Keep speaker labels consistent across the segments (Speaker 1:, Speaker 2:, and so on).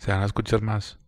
Speaker 1: Se van a escuchar más.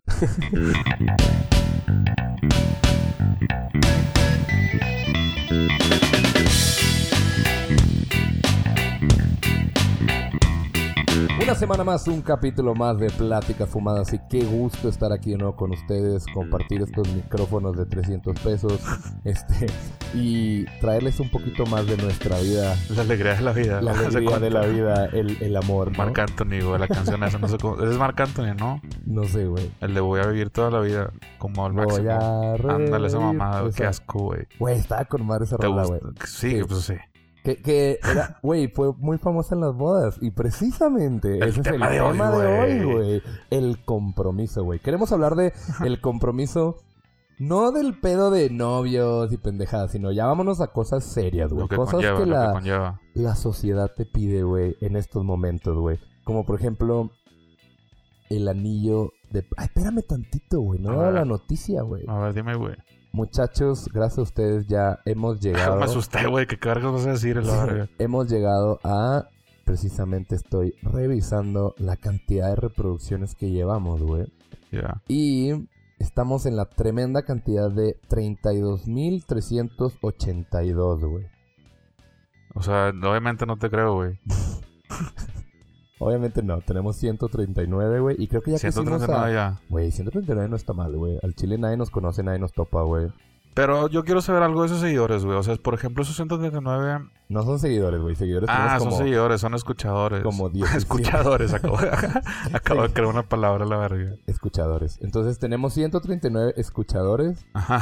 Speaker 2: Una semana más, un capítulo más de Pláticas Fumadas y qué gusto estar aquí de nuevo con ustedes, compartir estos micrófonos de 300 pesos este, y traerles un poquito más de nuestra vida,
Speaker 1: La alegría de la vida.
Speaker 2: la
Speaker 1: No sé
Speaker 2: alegría
Speaker 1: cuánto.
Speaker 2: de la vida, el, el amor, ¿no?
Speaker 1: Marc Anthony, güey, la canción esa. No sé cómo. Ese es Marc Anthony, ¿no?
Speaker 2: No sé, güey.
Speaker 1: El de voy a vivir toda la vida como al
Speaker 2: Voy
Speaker 1: máximo.
Speaker 2: a
Speaker 1: Ándale esa
Speaker 2: revivir
Speaker 1: mamada, güey, qué
Speaker 2: esa-
Speaker 1: asco, güey.
Speaker 2: Güey, estaba con madre esa
Speaker 1: ¿Te
Speaker 2: rola,
Speaker 1: gusta?
Speaker 2: güey.
Speaker 1: Sí,
Speaker 2: Sí.
Speaker 1: pues sí.
Speaker 2: Que, que era, güey, fue muy famosa en las bodas. Y precisamente ese es el
Speaker 1: tema de hoy,
Speaker 2: tema de hoy,
Speaker 1: güey.
Speaker 2: güey. El compromiso, güey. Queremos hablar de el compromiso, no del pedo de novios y pendejadas, sino ya vámonos a cosas serias, güey.
Speaker 1: Lo que
Speaker 2: Cosas
Speaker 1: conlleva,
Speaker 2: que
Speaker 1: lo que
Speaker 2: la,
Speaker 1: conlleva.
Speaker 2: la sociedad te pide, güey, en estos momentos, güey. Como por ejemplo, el anillo de. Ay, espérame tantito, güey. No
Speaker 1: A
Speaker 2: era
Speaker 1: ver.
Speaker 2: la noticia, güey.
Speaker 1: A ver, dime, güey.
Speaker 2: Muchachos, gracias a ustedes ya hemos llegado.
Speaker 1: Me asusté, güey. ¿Qué cargas vas a decir? La verga.
Speaker 2: Hemos llegado a. Precisamente estoy revisando la cantidad de reproducciones que llevamos, güey.
Speaker 1: Ya.
Speaker 2: Y estamos en la tremenda cantidad de 32.382, güey.
Speaker 1: O sea, obviamente no te creo, güey.
Speaker 2: Obviamente no, tenemos 139, güey. Y creo que ya pusimos
Speaker 1: 139
Speaker 2: a...
Speaker 1: ya.
Speaker 2: Güey, 139 no está mal, güey. Al chile nadie nos conoce, nadie nos topa, güey.
Speaker 1: Pero yo quiero saber algo de esos seguidores, güey. O sea, por ejemplo, esos 139...
Speaker 2: No son seguidores, güey. Seguidores
Speaker 1: Ah,
Speaker 2: tenemos
Speaker 1: son
Speaker 2: como,
Speaker 1: seguidores, son escuchadores.
Speaker 2: como 10.
Speaker 1: Escuchadores, acabo, acabo de crear una palabra a la verga.
Speaker 2: Escuchadores. Entonces tenemos 139 escuchadores.
Speaker 1: Ajá,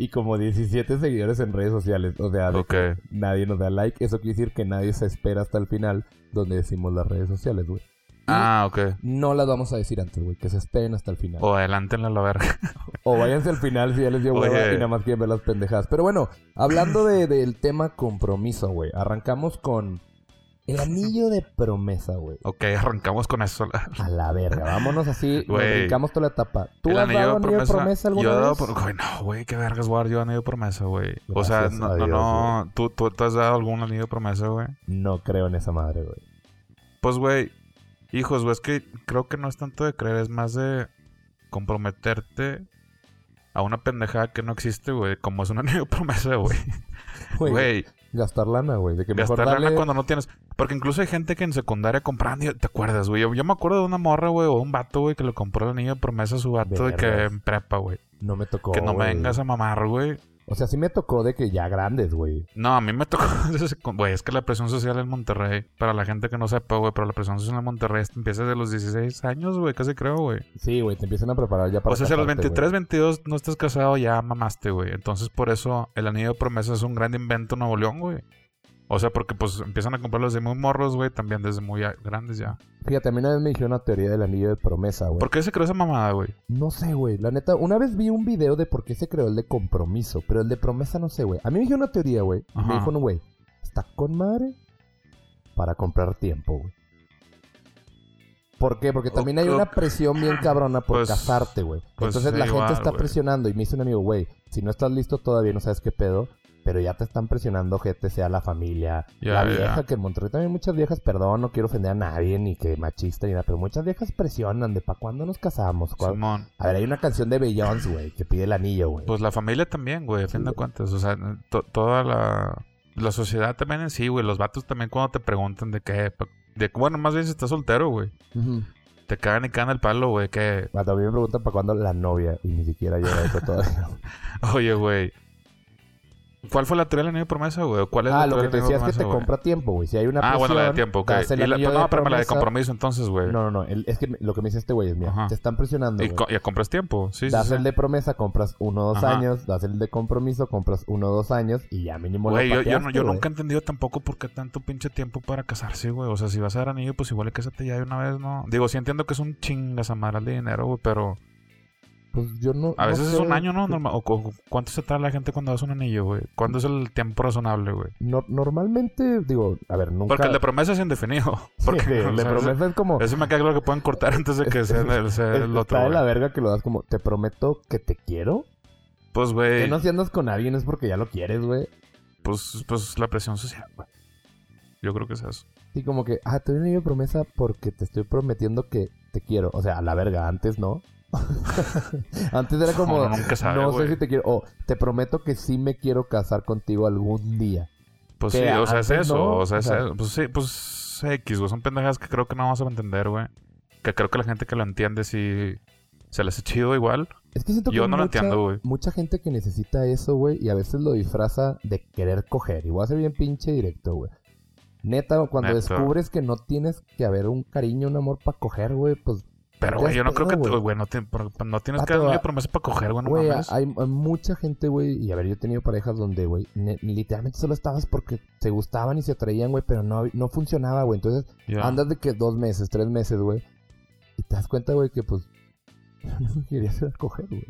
Speaker 2: y como 17 seguidores en redes sociales. O sea, de
Speaker 1: ok.
Speaker 2: que nadie nos da like. Eso quiere decir que nadie se espera hasta el final donde decimos las redes sociales, güey.
Speaker 1: Ah, ok.
Speaker 2: No las vamos a decir antes, güey. Que se esperen hasta el final.
Speaker 1: O adelántenla a la verga.
Speaker 2: O váyanse al final si ya les dio
Speaker 1: Oye.
Speaker 2: hueva y nada más quieren ver las pendejadas. Pero bueno, hablando de- del tema compromiso, güey. Arrancamos con el anillo de promesa, güey.
Speaker 1: Ok, arrancamos con eso. la-
Speaker 2: A la verga. Vámonos así. nos
Speaker 1: Güey.
Speaker 2: brincamos toda la etapa. ¿Tú
Speaker 1: el
Speaker 2: has dado anillo de promesa alguna
Speaker 1: Yo he dado
Speaker 2: vez?
Speaker 1: por... Güey, no, güey, qué vergas voy a dar yo anillo de promesa, güey. O sea,
Speaker 2: Gracias
Speaker 1: no,
Speaker 2: a
Speaker 1: no,
Speaker 2: Dios,
Speaker 1: no. ¿Tú, tú, tú has dado algún anillo de promesa, güey?
Speaker 2: No creo en esa madre, güey.
Speaker 1: Pues, güey, hijos, güey, es que creo que no es tanto de creer, es más de comprometerte a una pendejada que no existe, güey, como es un anillo de promesa, güey. Güey,
Speaker 2: Gastar lana, güey. De que mejor
Speaker 1: gastar lana
Speaker 2: darle-
Speaker 1: cuando no tienes. Porque incluso hay gente que en secundaria compran, ¿te acuerdas, güey? Yo, yo me acuerdo de una morra, güey, o un vato, güey, que le compró el anillo de promesa a su vato de que
Speaker 2: Vergas.
Speaker 1: en prepa, güey.
Speaker 2: No me tocó.
Speaker 1: que no me
Speaker 2: güey.
Speaker 1: vengas a mamar, güey.
Speaker 2: O sea, sí me tocó de que ya grandes, güey.
Speaker 1: No, a mí me tocó. desde secu- Güey, es que la presión social en Monterrey, para la gente que no sepa, güey, pero la presión social en Monterrey empieza desde los 16 años, güey, casi creo, güey.
Speaker 2: Sí, güey, te empiezan a preparar ya para.
Speaker 1: O sea, si a los
Speaker 2: casarte,
Speaker 1: 23, 22 no estás casado, ya mamaste, güey. Entonces, por eso el anillo de promesa es un gran invento en Nuevo León, güey. O sea, porque pues empiezan a comprarlos desde muy morros, güey, también desde muy a- grandes ya.
Speaker 2: güey. Fíjate, a mí una vez me dijeron una teoría del anillo de promesa, güey.
Speaker 1: ¿Por qué se creó esa mamada, güey?
Speaker 2: No sé, güey. La neta, una vez vi un video de por qué se creó el de compromiso, pero el de promesa no sé, güey. A mí me dijeron una teoría, güey. y Me
Speaker 1: Ajá.
Speaker 2: dijo un güey, está con madre para comprar tiempo, güey. ¿Por qué? Porque también
Speaker 1: Ok,
Speaker 2: hay una
Speaker 1: ok.
Speaker 2: presión bien cabrona por
Speaker 1: Oh, Pues-
Speaker 2: casarte, güey.
Speaker 1: pues
Speaker 2: Entonces la
Speaker 1: igual,
Speaker 2: gente está
Speaker 1: güey.
Speaker 2: presionando y me dice un amigo, güey, si no estás listo todavía no sabes qué pedo, pero ya te están presionando, gente, sea la familia,
Speaker 1: Ya,
Speaker 2: la
Speaker 1: ya.
Speaker 2: vieja, que en Monterrey también muchas viejas, perdón, no quiero ofender a nadie ni que machista ni nada, pero muchas viejas presionan de pa' cuándo nos casamos, ¿Cuándo-
Speaker 1: Simón.
Speaker 2: a ver, hay una canción de Beyoncé, güey, que pide el anillo, güey.
Speaker 1: Pues la familia también, güey, a fin de
Speaker 2: güey.
Speaker 1: cuentas. O sea, to- toda la, la sociedad también en sí, güey. Los vatos también cuando te preguntan de qué... pa- De, bueno, más bien si estás soltero, güey. Te cagan y cagan el palo, güey, que...
Speaker 2: Cuando a mí me preguntan para cuándo la novia, y ni siquiera llega eso todavía.
Speaker 1: Oye, güey. ¿Cuál fue la teoría del anillo de promesa, güey? ¿Cuál es
Speaker 2: ah,
Speaker 1: la
Speaker 2: lo que
Speaker 1: teoría
Speaker 2: te
Speaker 1: del
Speaker 2: decía es que
Speaker 1: anillo de
Speaker 2: te
Speaker 1: promesa, güey?
Speaker 2: compra tiempo, güey. Si hay una
Speaker 1: Ah,
Speaker 2: presión,
Speaker 1: bueno, la de tiempo, ok.
Speaker 2: das
Speaker 1: Y
Speaker 2: el
Speaker 1: la,
Speaker 2: anillo
Speaker 1: pues, no,
Speaker 2: de
Speaker 1: espérame, la de
Speaker 2: promesa.
Speaker 1: compromiso entonces, güey.
Speaker 2: No, no, no. el- es que me- lo que me dice este güey es mía.
Speaker 1: Ajá.
Speaker 2: Te están presionando,
Speaker 1: y,
Speaker 2: güey.
Speaker 1: co- ya compras tiempo, sí, sí,
Speaker 2: Das
Speaker 1: sí.
Speaker 2: el de promesa, compras uno o dos
Speaker 1: Ajá.
Speaker 2: años. Das el de compromiso, compras uno o dos años. Y ya mínimo
Speaker 1: Güey,
Speaker 2: lo
Speaker 1: yo, yo, no-
Speaker 2: pateaste,
Speaker 1: yo
Speaker 2: güey.
Speaker 1: nunca he entendido tampoco por qué tanto pinche tiempo para casarse, güey. O sea, si vas a dar anillo, pues igual que te ya de una vez, ¿no? Digo, sí entiendo que es un chingas amarras de dinero, güey, pero
Speaker 2: Pues yo no...
Speaker 1: a
Speaker 2: no
Speaker 1: veces es
Speaker 2: sé,
Speaker 1: un año, ¿no?
Speaker 2: que-
Speaker 1: Normal, o, o- ¿Cuánto se tarda la gente cuando das un anillo, güey? ¿Cuándo es el tiempo razonable, güey?
Speaker 2: no- normalmente, digo, a ver, nunca...
Speaker 1: Porque el de promesa es indefinido. Porque,
Speaker 2: Sí,
Speaker 1: o
Speaker 2: el de
Speaker 1: sea,
Speaker 2: promesa es como...
Speaker 1: Eso, eso me cae claro que pueden cortar antes de que sea el, sea
Speaker 2: Es-
Speaker 1: el otro,
Speaker 2: está de la
Speaker 1: güey.
Speaker 2: verga que lo das como, te prometo que te quiero.
Speaker 1: Pues,
Speaker 2: Que
Speaker 1: güey,
Speaker 2: no si andas con alguien es porque ya lo quieres, güey.
Speaker 1: pues, pues la presión social, güey. Yo creo que es eso.
Speaker 2: Así como que, ah, te doy un anillo de promesa porque te estoy prometiendo que te quiero. O sea, a la verga, antes no. antes era como,
Speaker 1: Uno nunca sabe,
Speaker 2: no
Speaker 1: güey.
Speaker 2: sé si te quiero, o te prometo que sí me quiero casar contigo algún día.
Speaker 1: Pues
Speaker 2: que
Speaker 1: sí, o sea, es
Speaker 2: antes
Speaker 1: eso.
Speaker 2: no,
Speaker 1: o sea,
Speaker 2: o
Speaker 1: es
Speaker 2: sea-
Speaker 1: eso. Pues sí, pues X, güey. Son pendejadas que creo que no vamos a entender, güey. Que creo que la gente que lo entiende sí se les hace chido igual.
Speaker 2: Es que siento que
Speaker 1: Yo no lo
Speaker 2: mucha-
Speaker 1: entiendo, güey.
Speaker 2: Mucha gente que necesita eso, güey, y a veces lo disfraza de querer coger. Y voy a ser bien pinche directo, güey. Neta, cuando
Speaker 1: Neta.
Speaker 2: descubres que no tienes que haber un cariño, un amor para coger, güey, pues.
Speaker 1: Pero,
Speaker 2: Ya
Speaker 1: güey, yo no
Speaker 2: espero,
Speaker 1: creo que... te-
Speaker 2: güey.
Speaker 1: Güey, no, te- por- no tienes que
Speaker 2: Vato,
Speaker 1: darle
Speaker 2: a-
Speaker 1: promesa para coger, güey. No
Speaker 2: Güey,
Speaker 1: mames.
Speaker 2: hay, hay mucha gente, güey, y a ver, yo he tenido parejas donde, güey, ne- literalmente solo estabas porque se gustaban y se atraían, güey, pero no, no funcionaba, güey. Entonces,
Speaker 1: Ya.
Speaker 2: andas de que dos meses, tres meses, güey, y te das cuenta, güey, que pues no querías ir a coger, güey.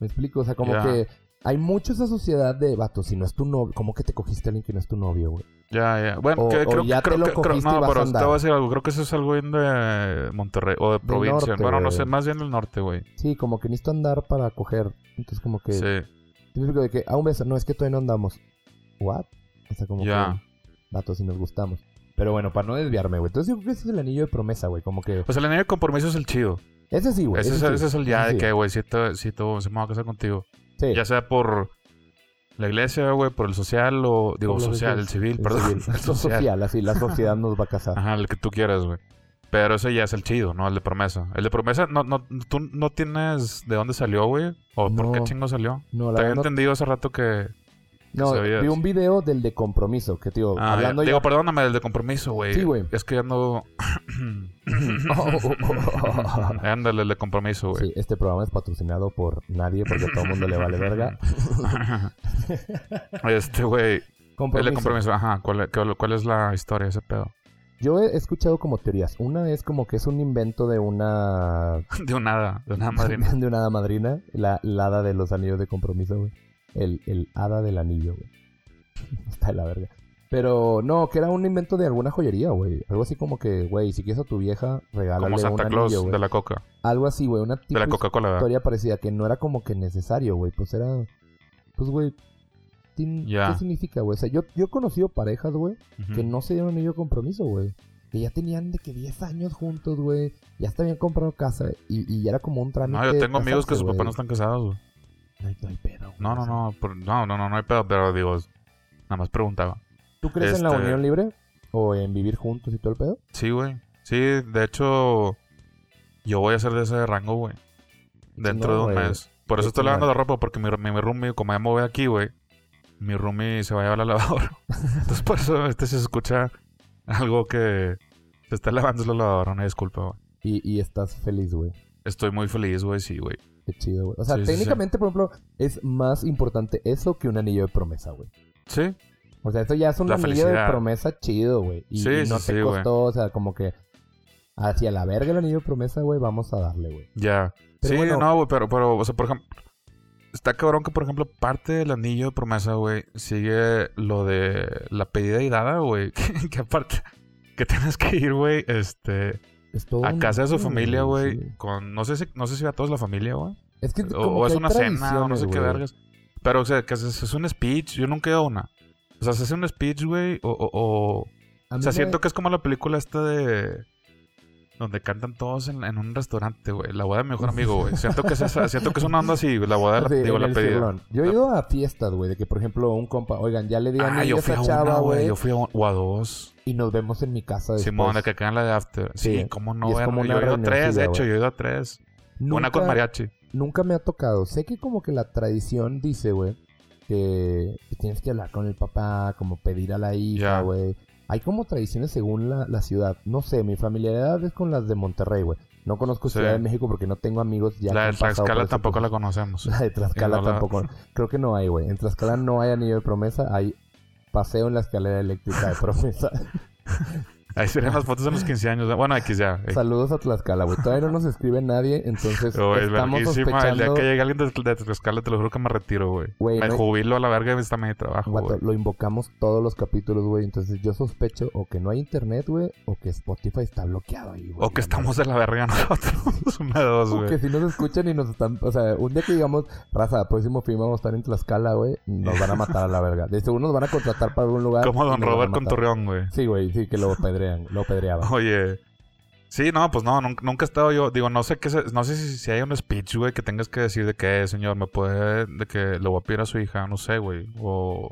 Speaker 2: Me explico, o sea, como
Speaker 1: Ya.
Speaker 2: que hay mucho esa sociedad de, vato, si no es tu novio, ¿cómo que te cogiste a alguien que no es tu novio, güey?
Speaker 1: Ya, ya. Bueno,
Speaker 2: O-
Speaker 1: que,
Speaker 2: o
Speaker 1: creo, que-
Speaker 2: ya te
Speaker 1: creo
Speaker 2: lo
Speaker 1: que... creo-
Speaker 2: cogiste y
Speaker 1: no,
Speaker 2: vas a
Speaker 1: pero te
Speaker 2: andar.
Speaker 1: voy a decir algo. Creo que eso es algo bien de Monterrey o de provincia.
Speaker 2: norte,
Speaker 1: bueno, no
Speaker 2: güey.
Speaker 1: sé, más bien del norte, güey.
Speaker 2: Sí, como que necesito andar para coger. Entonces, como que,
Speaker 1: Sí.
Speaker 2: me explico de que, ah, un beso, no, es que todavía no andamos. ¿What? O sea, como
Speaker 1: Ya.
Speaker 2: que, vato, si nos gustamos. Pero bueno, para no desviarme, güey. Entonces yo creo que ese es el anillo de promesa, güey. Como que...
Speaker 1: O sea, Pues el anillo de compromiso es el chido.
Speaker 2: Ese sí, güey.
Speaker 1: Ese, es,
Speaker 2: sí.
Speaker 1: ese es el ya
Speaker 2: Ese
Speaker 1: de
Speaker 2: sí.
Speaker 1: que, güey, si, te, si te, si me voy a casar contigo.
Speaker 2: Sí.
Speaker 1: Ya sea por la iglesia, güey, por el social o... Digo,
Speaker 2: Por lo que
Speaker 1: social, el
Speaker 2: quieras.
Speaker 1: civil,
Speaker 2: El
Speaker 1: perdón.
Speaker 2: civil.
Speaker 1: El social.
Speaker 2: social, así, la sociedad nos va a casar.
Speaker 1: Ajá, el que tú quieras, güey. Pero ese ya es el chido, ¿no? El de promesa. El de promesa, no, no, tú no tienes de dónde salió, güey. O por qué
Speaker 2: No.
Speaker 1: chingo salió.
Speaker 2: No, la
Speaker 1: Te había
Speaker 2: verdad no-
Speaker 1: entendido hace rato que...
Speaker 2: No,
Speaker 1: sabías.
Speaker 2: vi un video del de compromiso, que tío,
Speaker 1: Ah,
Speaker 2: hablando
Speaker 1: ya. Digo,
Speaker 2: ya...
Speaker 1: perdóname, el de compromiso, güey.
Speaker 2: Sí, güey.
Speaker 1: Es que ya no... Ándale, el de compromiso, güey.
Speaker 2: Sí, este programa es patrocinado por nadie porque a todo el mundo le vale verga.
Speaker 1: este, güey. El
Speaker 2: Compromiso.
Speaker 1: de compromiso, ajá. ¿Cuál, cuál, cuál es la historia de ese pedo?
Speaker 2: Yo he escuchado como teorías. Una es como que es un invento de una
Speaker 1: De un nada, de una madrina.
Speaker 2: de una hada madrina, la, la hada de los anillos de compromiso, güey. El, el hada del anillo, güey. Está de la verga. Pero no, que era un invento de alguna joyería, güey. Algo así como que, güey, si quieres a tu vieja, regálale
Speaker 1: Como Santa
Speaker 2: un
Speaker 1: Claus
Speaker 2: anillo, güey. pues,
Speaker 1: de la coca.
Speaker 2: Algo así, güey. Una
Speaker 1: De la
Speaker 2: tipo
Speaker 1: Coca-Cola, ¿verdad?
Speaker 2: historia parecida que no era como que necesario, güey. Pues era. Pues, güey. tin-
Speaker 1: Ya.
Speaker 2: ¿Qué significa, güey? O sea, yo, yo he conocido parejas, güey,
Speaker 1: Ujú.
Speaker 2: que no se dieron anillo de compromiso, güey. Que ya tenían de que 10 años juntos, güey. Ya hasta habían comprado casa y, y ya era como un trámite.
Speaker 1: No, yo tengo amigos que
Speaker 2: casarse,
Speaker 1: sus papás no
Speaker 2: güey.
Speaker 1: están casados, güey.
Speaker 2: No hay, no hay pedo. güey.
Speaker 1: No, no, no, por- no, no, no, no hay pedo, pero digo, nada más preguntaba.
Speaker 2: ¿Tú crees en la
Speaker 1: Este-
Speaker 2: unión libre? ¿O en vivir juntos y todo el pedo?
Speaker 1: Sí, güey. Sí, de hecho, yo voy a ser de ese rango, güey. Dentro
Speaker 2: No,
Speaker 1: de un
Speaker 2: güey.
Speaker 1: mes. Por eso
Speaker 2: Qué
Speaker 1: estoy hablando de ropa, porque mi, mi, mi roomie, como ya me voy de aquí, güey, mi roomie se va a llevar la lavadora. Entonces, por eso este se escucha algo que se está lavando la lavadora, una disculpa, güey.
Speaker 2: Y, y estás feliz, güey.
Speaker 1: Estoy muy feliz, güey, sí, güey.
Speaker 2: Qué chido, güey. O sea,
Speaker 1: Sí, sí, sí.
Speaker 2: técnicamente, por ejemplo, es más importante eso que un anillo de promesa, güey.
Speaker 1: Sí,
Speaker 2: O sea, esto ya es un
Speaker 1: La
Speaker 2: anillo
Speaker 1: felicidad.
Speaker 2: de promesa chido, güey. Y,
Speaker 1: Sí,
Speaker 2: y no
Speaker 1: sí,
Speaker 2: te
Speaker 1: sí, güey.
Speaker 2: costó, o sea, como que hacia la verga el anillo de promesa, güey, vamos a darle, güey.
Speaker 1: ya.
Speaker 2: Pero
Speaker 1: sí,
Speaker 2: bueno-
Speaker 1: no, güey, pero, pero, o sea, por ejemplo, está cabrón que, por ejemplo, parte del anillo de promesa, güey, sigue lo de la pedida y dada, güey, que, que aparte, que tienes que ir, güey, este,
Speaker 2: Es todo
Speaker 1: a
Speaker 2: un-
Speaker 1: casa de su familia, güey,
Speaker 2: sí.
Speaker 1: con, no sé si, no sé si va a toda la familia, güey,
Speaker 2: Es que
Speaker 1: o,
Speaker 2: como
Speaker 1: o
Speaker 2: que
Speaker 1: es
Speaker 2: hay
Speaker 1: una cena, o no
Speaker 2: tradiciones,
Speaker 1: sé qué
Speaker 2: güey.
Speaker 1: vergas, pero, o sea, que se- se hace un speech, yo nunca he ido a una, o sea, se hace un speech, güey, o, o, o,
Speaker 2: A
Speaker 1: o
Speaker 2: mí
Speaker 1: sea,
Speaker 2: me-
Speaker 1: siento que es como la película esta de. Donde cantan todos en, en un restaurante, güey. La boda de mi mejor amigo, güey. Siento que es esa- siento que es una onda así, güey, la boda,
Speaker 2: Sí,
Speaker 1: de la- digo,
Speaker 2: en
Speaker 1: la
Speaker 2: el
Speaker 1: pedida.
Speaker 2: cirlón. Yo he ido a fiestas, güey, de que, por ejemplo, un compa, oigan, ya le di
Speaker 1: Ah,
Speaker 2: anillo
Speaker 1: yo
Speaker 2: a
Speaker 1: fui a
Speaker 2: esa
Speaker 1: una,
Speaker 2: chava,
Speaker 1: güey.
Speaker 2: güey,
Speaker 1: Yo fui a, un- o a dos.
Speaker 2: y nos vemos en mi casa después.
Speaker 1: Simón, la que acá en la de After. Sí,
Speaker 2: Sí,
Speaker 1: cómo
Speaker 2: y
Speaker 1: no,
Speaker 2: es
Speaker 1: verga?
Speaker 2: como una
Speaker 1: Yo he ido a tres, de
Speaker 2: reunioncilla,
Speaker 1: hecho,
Speaker 2: güey.
Speaker 1: yo he ido a tres.
Speaker 2: nunca,
Speaker 1: Una con mariachi.
Speaker 2: Nunca me ha tocado. Sé que como que la tradición dice, güey, que, que tienes que hablar con el papá, como pedir a la
Speaker 1: Ya.
Speaker 2: hija, güey. Hay como tradiciones según la, la ciudad. No sé, mi familiaridad es con las de Monterrey, güey. No conozco
Speaker 1: Sí.
Speaker 2: Ciudad de México porque no tengo amigos ya. que
Speaker 1: La de
Speaker 2: han pasado por
Speaker 1: Tlaxcala
Speaker 2: ese
Speaker 1: tampoco la
Speaker 2: proceso.
Speaker 1: conocemos.
Speaker 2: La de Tlaxcala
Speaker 1: no la-
Speaker 2: tampoco. Creo que no hay, güey. En Tlaxcala no hay anillo de promesa, hay paseo en la escalera eléctrica de promesa.
Speaker 1: Ahí serían las fotos en los 15 años. Bueno, aquí ya. eh.
Speaker 2: Saludos a Tlaxcala, güey. Todavía no nos escribe nadie, entonces
Speaker 1: Güey, Oh, es
Speaker 2: estamos
Speaker 1: verguísima. El día
Speaker 2: sospechando...
Speaker 1: que llegue alguien de, de Tlaxcala, te lo juro que me retiro, güey.
Speaker 2: Güey,
Speaker 1: Me
Speaker 2: no-
Speaker 1: jubilo a la verga y está mi trabajo,
Speaker 2: Vato,
Speaker 1: güey.
Speaker 2: lo invocamos todos los capítulos, güey. Entonces yo sospecho o que no hay internet, güey, o que Spotify está bloqueado ahí, güey.
Speaker 1: O que
Speaker 2: la
Speaker 1: estamos de la verga nosotros. Una de dos,
Speaker 2: neta. O que
Speaker 1: güey.
Speaker 2: si nos escuchan y nos están... O sea, un día que digamos, raza, próximo film vamos a estar en Tlaxcala, güey, nos van a matar a la verga. De seguro nos van a contratar para algún lugar.
Speaker 1: Como
Speaker 2: y nos
Speaker 1: Don
Speaker 2: van a
Speaker 1: Robert con
Speaker 2: matar. Ah.
Speaker 1: Torreón, güey.
Speaker 2: Sí, güey, sí, que lo pedrean, lo pedreaban.
Speaker 1: Oye, Sí, no, pues no, nun- nunca he estado yo. Digo, no sé qué se- no sé si, si hay un speech, güey, que tengas que decir de que, "Eh, señor, me puede, de que le voy a pedir a su hija, no sé, güey. O,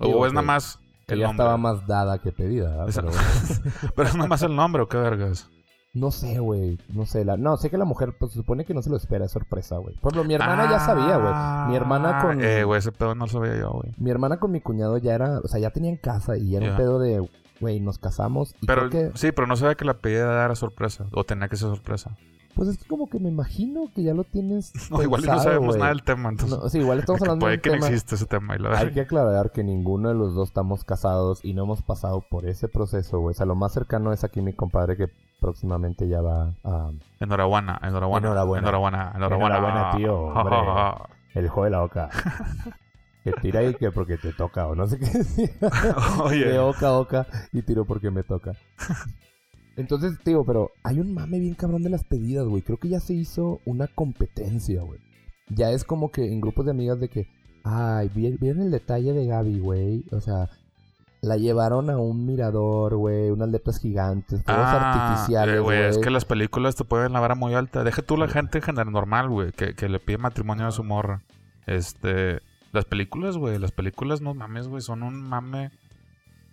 Speaker 1: o
Speaker 2: Digo,
Speaker 1: es nada
Speaker 2: que-
Speaker 1: más el
Speaker 2: Ella
Speaker 1: nombre.
Speaker 2: estaba más dada que pedida, ¿verdad?
Speaker 1: Esa-
Speaker 2: Pero bueno.
Speaker 1: Pero es nada más el nombre, o qué vergas.
Speaker 2: No sé, güey. No sé. La... No, sé que la mujer pues, se supone que no se lo espera. Es sorpresa, güey. Por ejemplo, mi hermana ya sabía, güey. Mi hermana
Speaker 1: Ah,
Speaker 2: con...
Speaker 1: Eh, güey, ese pedo no lo sabía yo, güey.
Speaker 2: Mi hermana con mi cuñado ya era... O sea, ya tenían casa y era
Speaker 1: Ya.
Speaker 2: un pedo de... Güey, nos casamos y
Speaker 1: Pero
Speaker 2: creo que...
Speaker 1: sí, pero no sabía que la pedida era sorpresa. O tenía que ser sorpresa.
Speaker 2: Pues es que como que me imagino que ya lo tienes
Speaker 1: No, igual y no
Speaker 2: pensado,
Speaker 1: sabemos
Speaker 2: güey.
Speaker 1: nada del tema, entonces.
Speaker 2: No, sí, igual estamos
Speaker 1: que
Speaker 2: hablando de
Speaker 1: puede
Speaker 2: un
Speaker 1: que no
Speaker 2: tema-
Speaker 1: existe ese tema y la
Speaker 2: Hay
Speaker 1: verdad.
Speaker 2: que aclarar que ninguno de los dos estamos casados y no hemos pasado por ese proceso, güey. O sea, lo más cercano es aquí mi compadre que próximamente ya va a...
Speaker 1: Enhorabuena, enhorabuena.
Speaker 2: Enhorabuena.
Speaker 1: Enhorabuena, enhorabuena.
Speaker 2: Enhorabuena, tío, hombre.
Speaker 1: Ah,
Speaker 2: El juego de la oca. que tira y que porque te toca o no sé qué decir. De
Speaker 1: Oye.
Speaker 2: oca a oca y tiro porque me toca. Entonces, tío, pero hay un mame bien cabrón de las pedidas, güey. Creo que ya se hizo una competencia, güey. Ya es como que en grupos de amigas de que, ay, vi- vieron el detalle de Gaby, güey. O sea, la llevaron a un mirador, güey, unas letras gigantes, todos
Speaker 1: Ah, eh,
Speaker 2: artificiales, güey.
Speaker 1: Es que las películas te pueden la vara muy alta. Deja tú la gente en general normal, güey, que, que le pide matrimonio a su morra. Este, las películas, güey, las películas no mames, güey, son un mame.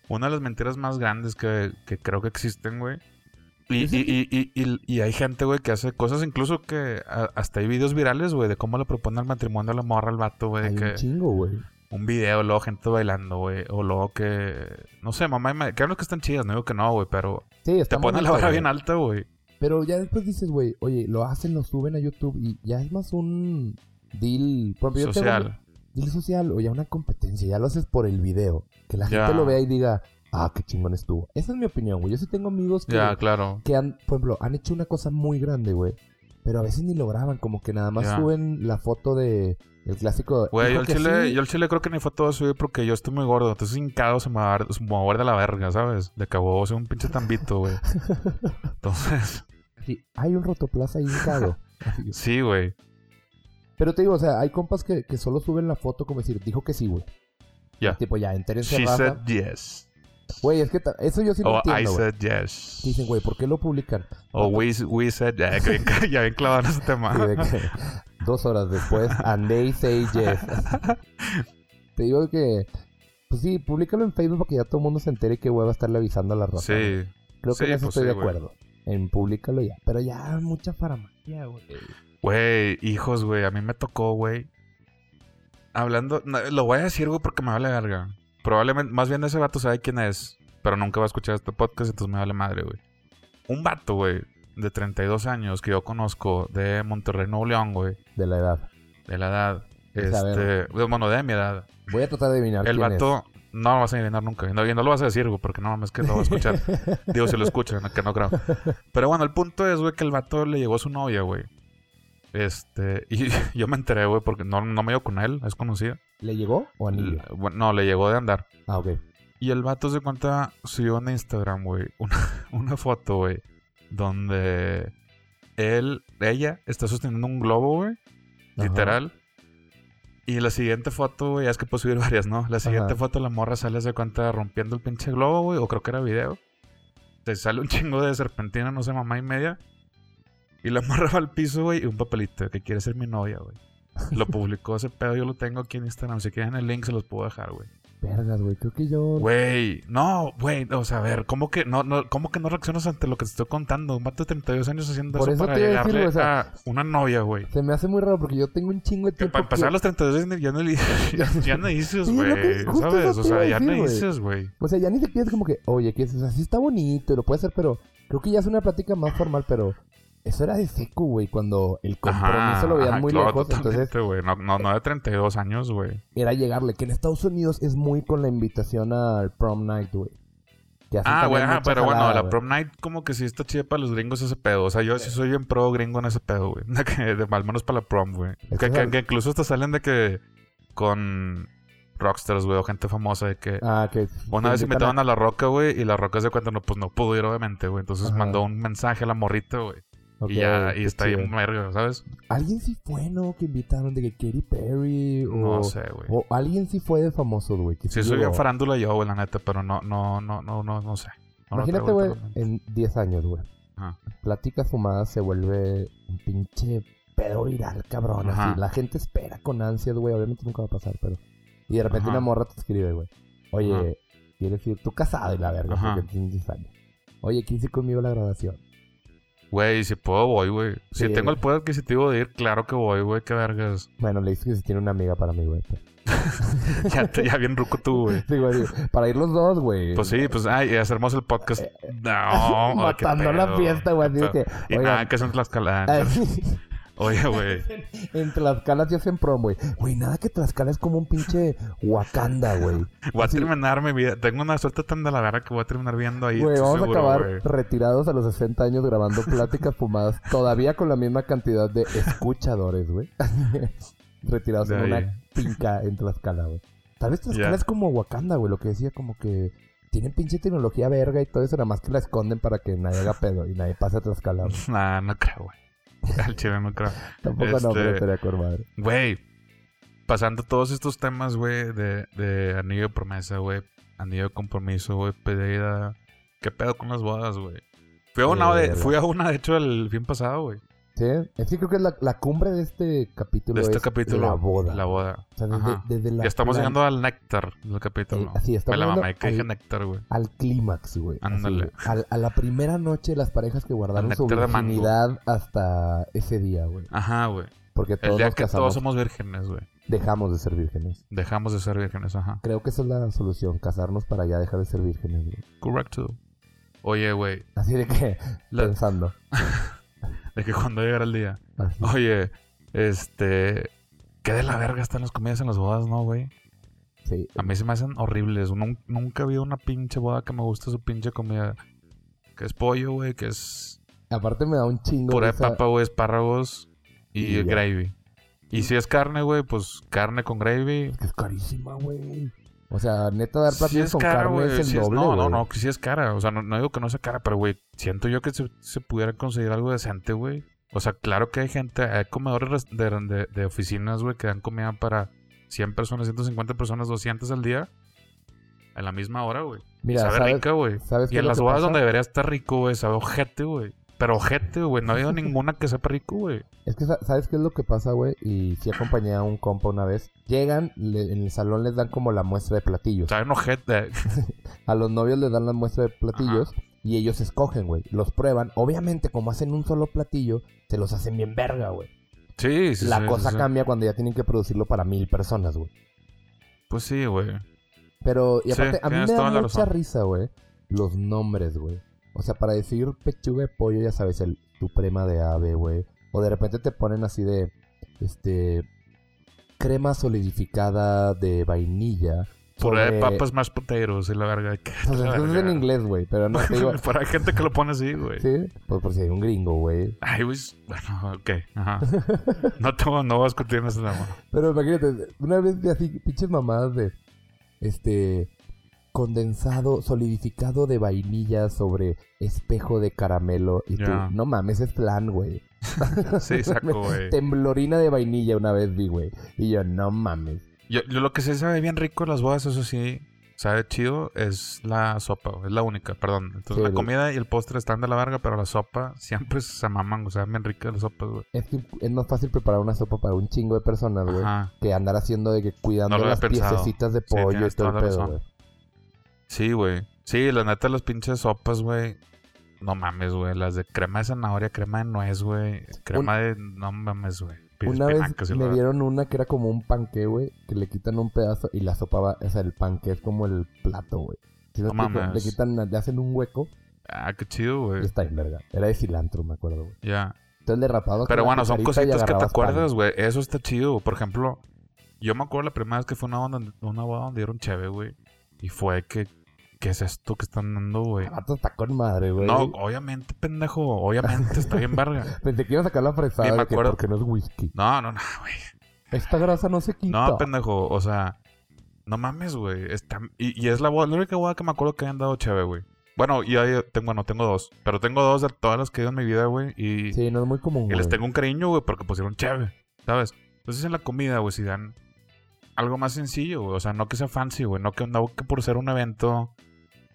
Speaker 1: Una de las mentiras más grandes que, que creo que existen, güey. Y, y, y, y, y- y hay gente, güey, que hace cosas incluso que a- hasta hay videos virales, güey, de cómo le propone el matrimonio a la morra al vato, güey.
Speaker 2: Hay
Speaker 1: que
Speaker 2: un chingo, güey.
Speaker 1: un video, luego gente bailando, güey. O luego que. No sé, mamá, y ma- que hablo que están chidas, no digo que no, güey, pero.
Speaker 2: Sí,
Speaker 1: Te
Speaker 2: está
Speaker 1: pone la
Speaker 2: bonito,
Speaker 1: vara
Speaker 2: güey.
Speaker 1: bien alta, güey.
Speaker 2: Pero ya después dices, güey, oye, lo hacen, lo suben a YouTube y ya es más un deal por ejemplo, yo tengo-
Speaker 1: Social.
Speaker 2: deal social o ya una competencia, ya lo haces por el video. Que la
Speaker 1: Ya.
Speaker 2: gente lo vea y diga, ah, qué chingón estuvo. Esa es mi opinión, güey. Yo sí tengo amigos que,
Speaker 1: Ya, claro.
Speaker 2: que han, por ejemplo, han hecho una cosa muy grande, güey. Pero a veces ni lo graban, como que nada más
Speaker 1: Ya.
Speaker 2: suben la foto de el clásico.
Speaker 1: Güey,
Speaker 2: "Dijo
Speaker 1: yo el
Speaker 2: que
Speaker 1: chile,
Speaker 2: sí".
Speaker 1: yo el chile creo que ni foto voy a subir porque yo estoy muy gordo. Entonces hincado se me va a dar- se me va a guardar la verga, ¿sabes? De cabo, soy un pinche tambito, güey. Entonces,
Speaker 2: Sí, hay un rotoplaza ahí hincado.
Speaker 1: sí, güey.
Speaker 2: Pero te digo, o sea, hay compas que, que solo suben la foto como decir, dijo que sí, güey.
Speaker 1: Ya.
Speaker 2: Tipo, ya, entérense,
Speaker 1: She
Speaker 2: Rafa.
Speaker 1: said yes.
Speaker 2: Güey, es que ta- eso yo sí lo
Speaker 1: O I
Speaker 2: entiendo, güey.
Speaker 1: said yes.
Speaker 2: Que Dicen, güey, ¿por qué lo publican?
Speaker 1: O we, we said ya, que bien- ya bien clavado en ese tema.
Speaker 2: Y de que dos horas después, and they say yes. Te digo que, pues sí, públicalo en Facebook para que ya todo el mundo se entere que hueva estarle avisando a la raza. güey.
Speaker 1: Sí.
Speaker 2: Creo que
Speaker 1: sí,
Speaker 2: en eso
Speaker 1: pues
Speaker 2: estoy
Speaker 1: sí,
Speaker 2: de
Speaker 1: güey.
Speaker 2: acuerdo. En públicalo ya. Pero ya, mucha farmacia, güey.
Speaker 1: Güey, hijos, güey, a mí me tocó, güey. Hablando, no, lo voy a decir, güey, porque me vale verga. Probablemente, más bien ese vato sabe quién es, pero nunca va a escuchar este podcast, entonces me vale madre, güey. Un vato, güey, de 32 años que yo conozco de Monterrey, Nuevo León, güey,
Speaker 2: De la edad.
Speaker 1: de la edad,
Speaker 2: Pues, a
Speaker 1: este, bueno, de mi edad.
Speaker 2: Voy a tratar de adivinar
Speaker 1: El
Speaker 2: quién
Speaker 1: vato no lo vas a adivinar nunca, y no, y no lo vas a decir, güey, porque no mames que lo va a escuchar.
Speaker 2: es.
Speaker 1: Digo, si lo escuchan, que no creo. Pero bueno, el punto es, güey, que el vato le llegó a su novia, güey. Este, y yo me enteré, güey, porque no, no me dio con él, es conocida.
Speaker 2: ¿Le llegó o anillo?
Speaker 1: L- bueno, no, le llegó de andar.
Speaker 2: Ah, ok.
Speaker 1: Y el vato se cuenta, subió en Instagram, güey, una, una foto, güey, donde él, ella, está sosteniendo un globo, güey,
Speaker 2: Ajá.
Speaker 1: literal. Y la siguiente foto, güey, ya es que puedo subir varias, ¿no? La siguiente
Speaker 2: Ajá.
Speaker 1: foto, la morra sale, se cuenta, rompiendo el pinche globo, güey, o creo que era video. Se sale un chingo de serpentina, no sé, mamá y media. Y la morra va al piso, güey, y un papelito que quiere ser mi novia, güey. Lo publicó ese pedo, yo lo tengo aquí en Instagram. Si quieren el link, se los puedo dejar, güey.
Speaker 2: Vergas, güey. Creo que yo...
Speaker 1: Güey, no, güey, o sea, a ver, ¿cómo que no, no, ¿cómo que no reaccionas ante lo que te estoy contando? Un vato de 32 años haciendo
Speaker 2: Por
Speaker 1: eso,
Speaker 2: eso
Speaker 1: para
Speaker 2: te iba a decir,
Speaker 1: llegarle
Speaker 2: güey, o sea,
Speaker 1: a una novia, güey.
Speaker 2: Se me hace muy raro porque yo tengo un chingo de
Speaker 1: Que
Speaker 2: tiempo
Speaker 1: para empezar,
Speaker 2: que-
Speaker 1: a los 32 años ya no, le- ya, ya no dices,
Speaker 2: Sí, lo que-
Speaker 1: güey.
Speaker 2: justo
Speaker 1: ¿Sabes?
Speaker 2: eso
Speaker 1: O
Speaker 2: te
Speaker 1: sea,
Speaker 2: iba
Speaker 1: ya
Speaker 2: a
Speaker 1: no
Speaker 2: decir, güey.
Speaker 1: dices, güey.
Speaker 2: O sea, ya ni siquiera es como que, oye, que es? O sea, sí está bonito y lo puede hacer, pero creo que ya es una plática más formal, pero eso era de seco, güey, cuando el compromiso
Speaker 1: Ajá,
Speaker 2: lo veían
Speaker 1: ajá,
Speaker 2: muy
Speaker 1: claro,
Speaker 2: lejos. Entonces
Speaker 1: totalmente, güey. No, no, no de 32 años, güey.
Speaker 2: era llegarle, que en Estados Unidos es muy con la invitación al prom night, güey. que hacen
Speaker 1: Ah,
Speaker 2: también
Speaker 1: güey, ajá,
Speaker 2: mucha
Speaker 1: pero bueno,
Speaker 2: jalada,
Speaker 1: la
Speaker 2: güey.
Speaker 1: prom night como que sí está chida para los gringos ese pedo. O sea, yo sí soy bien pro gringo en ese pedo, güey. De que- de- Al menos para la prom, güey.
Speaker 2: Es
Speaker 1: Que,
Speaker 2: que
Speaker 1: que-
Speaker 2: sal-
Speaker 1: que incluso hasta salen de que con rockstars, güey, o gente famosa de que...
Speaker 2: Ah, que...
Speaker 1: Una
Speaker 2: que invitan
Speaker 1: vez invitaban a La Roca, güey, y La Roca se cuenta, no, pues no pudo ir, obviamente, güey. Entonces
Speaker 2: Ajá.
Speaker 1: mandó un mensaje a la morrita, güey.
Speaker 2: Ok,
Speaker 1: y ya, y
Speaker 2: qué
Speaker 1: está
Speaker 2: chido.
Speaker 1: bien verga, ¿sabes?
Speaker 2: Alguien sí fue, ¿no? Que invitaron de que Katy Perry o...
Speaker 1: No sé, güey.
Speaker 2: O alguien sí fue de famosos, güey. que
Speaker 1: Sí,
Speaker 2: sí
Speaker 1: soy
Speaker 2: llegó.
Speaker 1: bien farándula yo, güey, la neta, pero no, no, no, no, no, no sé. No lo
Speaker 2: Imagínate,
Speaker 1: traigo
Speaker 2: güey, eh.
Speaker 1: ahorita a la mente.
Speaker 2: en 10 años, güey.
Speaker 1: Ajá.
Speaker 2: Plática fumada se vuelve un pinche pedo viral, cabrón.
Speaker 1: Ajá.
Speaker 2: Así, la gente espera con ansias, güey. Obviamente nunca va a pasar, pero. Y de repente
Speaker 1: Ajá.
Speaker 2: una morra te escribe, güey. Oye,
Speaker 1: Ajá.
Speaker 2: ¿quieres ir? Tú casado y la verga,
Speaker 1: Ajá.
Speaker 2: porque tienes 10 años. Oye, ¿quieres ir conmigo a la grabación?
Speaker 1: Güey, si puedo voy, güey. Si
Speaker 2: Sí,
Speaker 1: tengo
Speaker 2: güey.
Speaker 1: el poder adquisitivo de ir, claro que voy, güey. Qué vergas.
Speaker 2: Bueno, le dices que si tiene una amiga para mí, güey. pero-
Speaker 1: Ya, te- ya bien ruco tú, güey.
Speaker 2: Sí, güey, digo, para ir los dos, güey.
Speaker 1: Pues sí, pues, ay, y hacemos el podcast. No, ay, qué
Speaker 2: Eh, Matando la
Speaker 1: pedo,
Speaker 2: fiesta, güey.
Speaker 1: qué
Speaker 2: Digo
Speaker 1: pedo.
Speaker 2: que,
Speaker 1: Y ah,
Speaker 2: oigan,
Speaker 1: nada, que son Tlaxcala. Ah, Oye, güey.
Speaker 2: en Tlaxcala sí hacen prom, güey. Güey, nada que Tlaxcala es como un pinche Wakanda, güey.
Speaker 1: Voy a
Speaker 2: Sí.
Speaker 1: terminar mi vida. Tengo una suerte tan de la verga que voy a terminar viendo ahí.
Speaker 2: Güey,
Speaker 1: estoy
Speaker 2: vamos
Speaker 1: seguro,
Speaker 2: a acabar
Speaker 1: güey.
Speaker 2: retirados a los 60 años grabando pláticas fumadas, todavía con la misma cantidad de escuchadores, güey. retirados
Speaker 1: De
Speaker 2: en
Speaker 1: ahí.
Speaker 2: una pinca en Tlaxcala, güey. Tal vez Tlaxcala
Speaker 1: Ya.
Speaker 2: es como Wakanda, güey, lo que decía, como que tienen pinche tecnología verga y todo eso, nada más que la esconden para que nadie haga pedo y nadie pase a Tlaxcala, güey.
Speaker 1: Nah, no creo, güey. Al chile no creo.
Speaker 2: Tampoco no, pero
Speaker 1: Este-
Speaker 2: estaría con madre.
Speaker 1: Güey, pasando todos estos temas, güey, de, de anillo de promesa, güey, anillo de compromiso, güey, pedida. ¿Qué pedo con las bodas, güey? Fui a una, de,
Speaker 2: Verga.
Speaker 1: fui a una, de hecho, el fin pasado, güey.
Speaker 2: Sí, es que creo que la, la cumbre de este capítulo
Speaker 1: De este
Speaker 2: es
Speaker 1: capítulo.
Speaker 2: la boda.
Speaker 1: La boda.
Speaker 2: O sea, desde-
Speaker 1: Ajá.
Speaker 2: desde la
Speaker 1: ya estamos
Speaker 2: plan-
Speaker 1: llegando al néctar del capítulo.
Speaker 2: Eh, así, estamos
Speaker 1: Me la
Speaker 2: llegando
Speaker 1: mamá, que dije
Speaker 2: al-
Speaker 1: néctar, güey.
Speaker 2: al clímax, güey. Así,
Speaker 1: Ándale.
Speaker 2: güey. Al- A, la primera noche las parejas que guardaron
Speaker 1: Al
Speaker 2: su
Speaker 1: néctar de mango.
Speaker 2: virginidad hasta ese día, güey.
Speaker 1: Ajá, güey.
Speaker 2: Porque
Speaker 1: El
Speaker 2: todos
Speaker 1: día
Speaker 2: nos
Speaker 1: que
Speaker 2: casamos,
Speaker 1: todos somos vírgenes, güey.
Speaker 2: dejamos de ser vírgenes.
Speaker 1: Dejamos de ser vírgenes, ajá.
Speaker 2: Creo que esa es la solución, casarnos para ya dejar de ser vírgenes, güey.
Speaker 1: Correcto. Oye, güey.
Speaker 2: Así de que,
Speaker 1: la-
Speaker 2: pensando.
Speaker 1: De que cuando llegara el día.
Speaker 2: así.
Speaker 1: Oye, este. Qué de la verga están las comidas en las bodas, ¿no, güey?
Speaker 2: Sí.
Speaker 1: A mí se me hacen horribles. Nun- nunca he habido una pinche boda que me guste su pinche comida. Que es pollo, güey, que es
Speaker 2: Aparte me da un chingo
Speaker 1: puré de
Speaker 2: risa-
Speaker 1: papa, güey, espárragos y,
Speaker 2: Y ya.
Speaker 1: gravy. Y si es carne, güey, pues carne con gravy.
Speaker 2: que es carísima, güey. O sea, neta, dar
Speaker 1: Si
Speaker 2: platillos
Speaker 1: es
Speaker 2: con
Speaker 1: cara,
Speaker 2: carne
Speaker 1: güey.
Speaker 2: es el
Speaker 1: si es-
Speaker 2: doble,
Speaker 1: no, no,
Speaker 2: güey.
Speaker 1: no, que si es cara. O sea, no, no digo que no sea cara, pero, güey, siento yo que se, se pudiera conseguir algo decente, güey. O sea, claro que hay gente, hay comedores res- de, de- de oficinas, güey, que dan comida para 100 personas, 150 personas, 200 al día. A la misma hora, güey.
Speaker 2: Mira,
Speaker 1: Sabe
Speaker 2: ¿sabes,
Speaker 1: rica, güey.
Speaker 2: sabes qué
Speaker 1: Y
Speaker 2: es
Speaker 1: en
Speaker 2: lo
Speaker 1: las
Speaker 2: que
Speaker 1: bodas
Speaker 2: pasa?
Speaker 1: donde debería estar rico, güey, sabe ojete, güey. Pero ojete, güey. No ha habido ninguna que sepa rico, güey.
Speaker 2: Es que, sa- ¿sabes qué es lo que pasa, güey? Y si acompañé a un compa una vez. Llegan, le- en el salón les dan como la muestra de platillos.
Speaker 1: Saben ojete.
Speaker 2: A los novios les dan la muestra de platillos y ellos escogen, güey. Los prueban. Obviamente, como hacen un solo platillo, se los hacen bien verga, güey.
Speaker 1: Sí, sí,
Speaker 2: la
Speaker 1: sí,
Speaker 2: cosa
Speaker 1: sí, sí.
Speaker 2: cambia cuando ya tienen que producirlo para mil personas, güey.
Speaker 1: Pues sí, güey.
Speaker 2: Pero, y
Speaker 1: Sí,
Speaker 2: aparte, a mí
Speaker 1: tienes
Speaker 2: me da
Speaker 1: toda la
Speaker 2: mucha
Speaker 1: razón.
Speaker 2: risa, güey, los nombres, güey. O sea, para decir pechuga de pollo, ya sabes, el suprema de ave, güey. O de repente te ponen así de, este, crema solidificada de vainilla.
Speaker 1: Puré de
Speaker 2: sobre-
Speaker 1: papas más potatoes y la verga. ¿Qué
Speaker 2: O sea,
Speaker 1: la
Speaker 2: eso es en
Speaker 1: verga?
Speaker 2: inglés, güey, pero no te digo...
Speaker 1: Para la gente que lo pone así, güey.
Speaker 2: ¿Sí? Pues por si hay un gringo, güey.
Speaker 1: Ay, güey. Bueno, ok. Ajá. No, te, no voy a discutir en ese tema.
Speaker 2: Pero imagínate, una vez vi así, pinches mamadas de, este, condensado, solidificado de vainilla sobre espejo de caramelo. Y
Speaker 1: Ya.
Speaker 2: tú, no mames, es plan, güey.
Speaker 1: Sí, saco, güey.
Speaker 2: Temblorina de vainilla una vez vi, güey. Y yo, no mames.
Speaker 1: Yo, yo lo que sí sabe bien rico en las bodas, eso sí, sabe chido, es la sopa, güey, es la única, perdón. Entonces,
Speaker 2: Sí,
Speaker 1: la
Speaker 2: güey.
Speaker 1: comida y el postre están de la verga, pero la sopa siempre se maman, o sea, bien rica las sopas, güey.
Speaker 2: Es que es más fácil preparar una sopa para un chingo de personas, Ah, güey.
Speaker 1: Ajá.
Speaker 2: Que andar haciendo de que cuidando
Speaker 1: No lo había
Speaker 2: las
Speaker 1: pensado.
Speaker 2: piececitas de
Speaker 1: Sí,
Speaker 2: pollo y
Speaker 1: tienes
Speaker 2: todo el
Speaker 1: toda la
Speaker 2: pedo,
Speaker 1: razón.
Speaker 2: güey.
Speaker 1: Sí, güey. Sí, la neta, las pinches sopas, güey. No mames, güey. Las de crema de zanahoria, crema de nuez, güey. Crema de. No mames, güey.
Speaker 2: Una vez
Speaker 1: Espinacas y la
Speaker 2: me
Speaker 1: verga.
Speaker 2: dieron una que era como un panque, güey, que le quitan un pedazo y la sopa va, o sea, el panque es como el plato, güey. ¿Sí me
Speaker 1: No
Speaker 2: explico?
Speaker 1: mames.
Speaker 2: Le quitan, le hacen un hueco
Speaker 1: Ah, qué chido,
Speaker 2: y
Speaker 1: güey.
Speaker 2: está en verga. Era de cilantro, me acuerdo, güey.
Speaker 1: Ya.
Speaker 2: Entonces le rapabas
Speaker 1: Pero
Speaker 2: con la
Speaker 1: bueno, son
Speaker 2: cucharita y
Speaker 1: cositas que te
Speaker 2: agarrabas
Speaker 1: acuerdas, güey. Eso está chido. Por ejemplo, yo me acuerdo la primera vez que fue una boda donde, una boda donde dieron cheve, güey. Y fue que, ¿qué es esto que están dando, güey?
Speaker 2: pan. Vato, está con madre, Ah, güey.
Speaker 1: No, obviamente, pendejo. Obviamente, está bien verga.
Speaker 2: Pensé que iba a sacar la fresada
Speaker 1: Bien, me
Speaker 2: de que
Speaker 1: acuerdo.
Speaker 2: porque no es whisky.
Speaker 1: No, no, no, güey.
Speaker 2: Esta grasa no se quita.
Speaker 1: No, pendejo. O sea, no mames, güey. Está... Y, y es la boda, la única boda que me acuerdo que hayan dado cheve, güey. Bueno, y ahí tengo, bueno, tengo dos. Pero tengo dos de todas las que he ido en mi vida, güey. Y,
Speaker 2: Sí, no es muy común,
Speaker 1: Que
Speaker 2: güey.
Speaker 1: les tengo un cariño, güey, porque pusieron cheve, ¿sabes? Entonces en la comida, güey, si dan algo más sencillo, güey. O sea, no que sea fancy, güey. No que, no que por ser un evento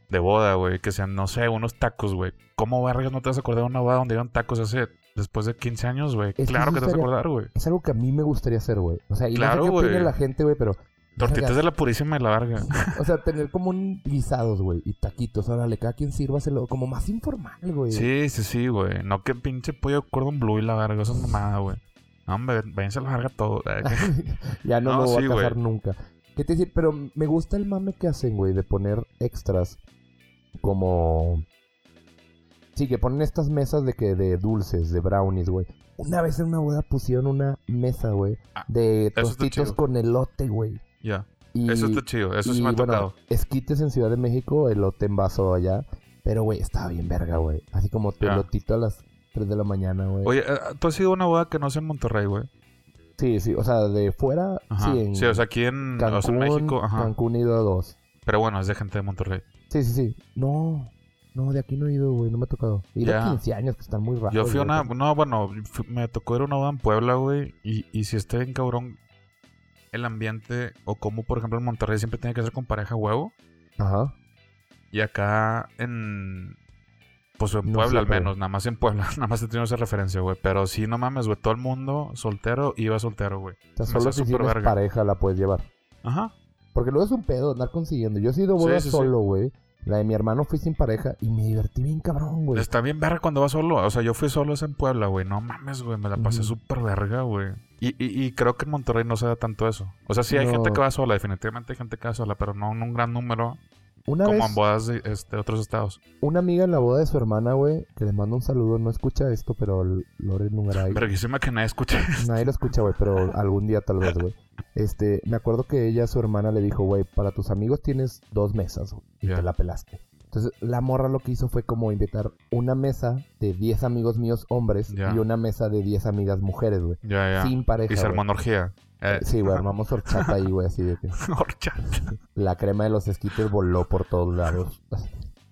Speaker 1: de boda, güey, que sean, no sé, unos tacos, güey. ¿Cómo vergas no te vas a acordar de una boda donde iban tacos hace después de 15 años, güey?
Speaker 2: que
Speaker 1: Claro
Speaker 2: eso
Speaker 1: que te vas a
Speaker 2: estaría-
Speaker 1: acordar, güey.
Speaker 2: Es algo que a mí me gustaría hacer, güey. O sea, y
Speaker 1: Claro,
Speaker 2: no sé qué opina
Speaker 1: güey.
Speaker 2: la gente, güey, pero...
Speaker 1: Tortitas de la purísima y la verga.
Speaker 2: O sea, tener como un guisados, güey, y taquitos. Órale, cada quien sírvaselo como más informal, güey.
Speaker 1: Sí, sí, sí, güey. No que pinche pollo cordon blue y la verga, esa mamada, güey. No, hombre, váyanse a la verga todo. eh,
Speaker 2: Ah, ya no,
Speaker 1: No,
Speaker 2: lo voy
Speaker 1: sí,
Speaker 2: a
Speaker 1: güey.
Speaker 2: casar nunca. ¿Qué te decir? Pero me gusta el mame que hacen, güey, de poner extras como... Sí, que ponen estas mesas de que de dulces, de brownies, güey. Una vez en una boda pusieron una mesa, güey,
Speaker 1: Ah,
Speaker 2: de
Speaker 1: está
Speaker 2: tostitos
Speaker 1: chido.
Speaker 2: con elote, güey.
Speaker 1: Ya.
Speaker 2: Y,
Speaker 1: Eso está chido, eso sí
Speaker 2: y,
Speaker 1: me ha
Speaker 2: bueno, eh,
Speaker 1: tocado.
Speaker 2: esquites en Ciudad de México, elote en vaso allá. Pero, güey, estaba bien verga, güey. Así como tu
Speaker 1: Ya.
Speaker 2: elotito a las 3 de la mañana, güey.
Speaker 1: Ah. Oye, eh, ¿tú has ido a una boda que no sea en Monterrey, güey?
Speaker 2: Sí, sí, o sea, de fuera,
Speaker 1: Ajá.
Speaker 2: sí, en
Speaker 1: o sea, aquí en,
Speaker 2: Cancún,
Speaker 1: o sea, en México, ajá.
Speaker 2: Cancún he ido a dos.
Speaker 1: Pero bueno, es de gente de Monterrey.
Speaker 2: Sí, sí, sí. No, no, de aquí no he ido, güey, no me ha tocado. Ir a
Speaker 1: Ya.
Speaker 2: 15 años, que están muy raros.
Speaker 1: Yo fui a
Speaker 2: güey.
Speaker 1: una, no, bueno, fui- me tocó ir a una boda en Puebla, güey, y, y si está bien cabrón el ambiente, o como por ejemplo en Monterrey siempre tiene que ser con pareja huevo,
Speaker 2: Ajá.
Speaker 1: y acá en, pues en
Speaker 2: No
Speaker 1: Puebla al
Speaker 2: siempre.
Speaker 1: menos, nada más en Puebla, nada más te tengo esa referencia, güey, pero sí, no mames, güey, todo el mundo soltero iba soltero, güey.
Speaker 2: O sea,
Speaker 1: Me
Speaker 2: solo
Speaker 1: está
Speaker 2: si
Speaker 1: súper
Speaker 2: tienes
Speaker 1: verga.
Speaker 2: pareja la puedes llevar.
Speaker 1: Ajá,
Speaker 2: Porque luego es un pedo andar consiguiendo. Yo he sido
Speaker 1: Sí,
Speaker 2: boda
Speaker 1: sí, sí.
Speaker 2: solo, güey. La de mi hermano fui sin pareja y me divertí bien cabrón, güey.
Speaker 1: está bien verga cuando vas solo, o sea, yo fui solo esa en Puebla, güey, no mames, güey, me la pasé
Speaker 2: Ujú.
Speaker 1: súper verga, güey. Y, y, y creo que en Monterrey no se da tanto eso. O sea, sí hay gente
Speaker 2: No.
Speaker 1: que va sola, definitivamente hay gente que va sola, pero no en un gran número.
Speaker 2: Una
Speaker 1: como
Speaker 2: vez,
Speaker 1: en bodas de este, otros estados.
Speaker 2: una amiga en la boda de su hermana, güey, que le mando un saludo, no escucha esto, pero L- Lore Numeray.
Speaker 1: Verguísima que nadie escucha.
Speaker 2: Nadie lo escucha, güey, pero algún día tal vez, güey. Este, me acuerdo que ella, su hermana, le dijo, güey, para tus amigos tienes dos mesas, güey, y
Speaker 1: Ya.
Speaker 2: te la pelaste. Entonces, la morra lo que hizo fue como invitar una mesa de 10 amigos míos hombres
Speaker 1: Ya.
Speaker 2: y una mesa de 10 amigas mujeres, güey.
Speaker 1: Ya, ya.
Speaker 2: Sin pareja.
Speaker 1: y se
Speaker 2: güey.
Speaker 1: armó una orgía. Eh,
Speaker 2: Sí, güey, armamos horchata ahí, güey, así de que
Speaker 1: orcha.
Speaker 2: la crema de los esquites voló por todos lados.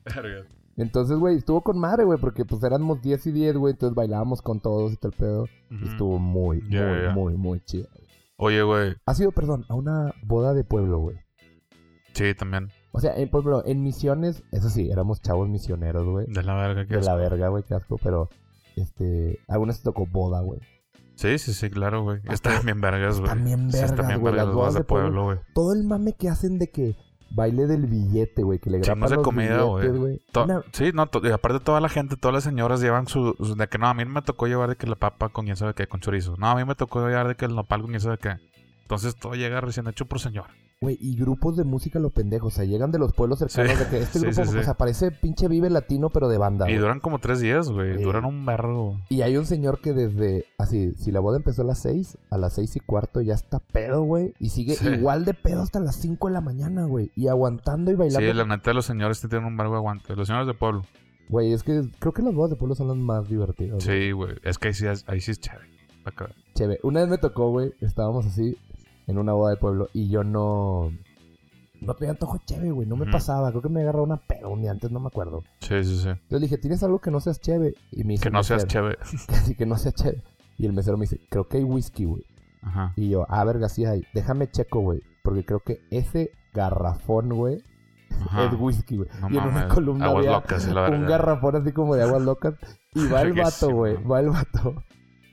Speaker 1: Verga.
Speaker 2: Entonces, güey, estuvo con madre, güey, porque pues éramos 10 y 10, güey, entonces bailábamos con todos y todo el pedo.
Speaker 1: Ujú.
Speaker 2: Y estuvo muy,
Speaker 1: Ya,
Speaker 2: muy,
Speaker 1: ya.
Speaker 2: muy, muy chido.
Speaker 1: Oye, güey.
Speaker 2: Ha sido, perdón, a una boda de pueblo, güey.
Speaker 1: Sí, también.
Speaker 2: O sea, en, por ejemplo, en misiones, eso sí, éramos chavos misioneros, güey.
Speaker 1: De la verga que
Speaker 2: De la verga, güey, qué asco, pero este, algunas tocó boda, güey.
Speaker 1: Sí, sí, sí, claro, güey.
Speaker 2: Ah,
Speaker 1: Están bien vergas, güey.
Speaker 2: También
Speaker 1: Sí,
Speaker 2: vergas,
Speaker 1: están bien
Speaker 2: güey. Las
Speaker 1: vergas
Speaker 2: bodas
Speaker 1: bodas
Speaker 2: de
Speaker 1: de
Speaker 2: pueblo.
Speaker 1: pueblo, güey.
Speaker 2: Todo el mame que hacen de que baile del billete, güey, que le
Speaker 1: Chingos
Speaker 2: graban
Speaker 1: de
Speaker 2: los
Speaker 1: comida, güey.
Speaker 2: billetes, güey.
Speaker 1: To-
Speaker 2: Una-
Speaker 1: Sí, no, to- y aparte toda la gente, todas las señoras llevan su, su- De que no, a mí me tocó llevar de que la papa con quién sabe qué, con chorizo. No, a mí me tocó llevar de que el nopal con quién sabe qué. Entonces todo llega recién hecho por señor.
Speaker 2: Güey, y grupos de música los pendejos, o sea, llegan de los pueblos cercanos
Speaker 1: Sí.
Speaker 2: de que este
Speaker 1: Sí,
Speaker 2: grupo,
Speaker 1: sí, sí.
Speaker 2: o sea, parece pinche vive latino, pero de banda,
Speaker 1: Y
Speaker 2: güey.
Speaker 1: duran como tres días, güey.
Speaker 2: Sí.
Speaker 1: Duran un barro.
Speaker 2: Y hay un señor que desde, así, si la boda empezó a las 6, a las 6 y cuarto ya está pedo, güey. Y sigue
Speaker 1: Sí.
Speaker 2: igual de pedo hasta las 5 de la mañana, güey. Y aguantando y
Speaker 1: Sí,
Speaker 2: bailando.
Speaker 1: la neta, los señores sí tienen un barro de aguante. Los señores de pueblo.
Speaker 2: Güey, es que creo que las bodas de pueblo son las más divertidas. güey.
Speaker 1: Sí, güey. Es que ahí sí, es- ahí sí es chévere. Acá.
Speaker 2: Chévere. Una vez me tocó, güey, estábamos así en una boda de pueblo y yo no... No tenía antojo chévere, güey. No me
Speaker 1: Ujú.
Speaker 2: pasaba. Creo que me agarraba una pedo un día antes, no me acuerdo.
Speaker 1: Sí, sí, sí.
Speaker 2: Yo le dije, ¿tienes algo que no seas chévere? Y me dice...
Speaker 1: Que
Speaker 2: el
Speaker 1: no seas
Speaker 2: mesero,
Speaker 1: chévere.
Speaker 2: Así que no sea chévere. Y el mesero me dice, creo que hay whisky, güey.
Speaker 1: Ajá.
Speaker 2: Y yo, ah, verga, sí hay. Déjame checo, güey. Porque creo que ese garrafón, güey,
Speaker 1: ajá.
Speaker 2: es whisky, güey.
Speaker 1: No
Speaker 2: y en una
Speaker 1: mames.
Speaker 2: columna
Speaker 1: Aguas
Speaker 2: había
Speaker 1: locas, y la
Speaker 2: un
Speaker 1: verga.
Speaker 2: garrafón así como de aguas locas. Y va el vato,
Speaker 1: Verguísima.
Speaker 2: güey. Va el vato.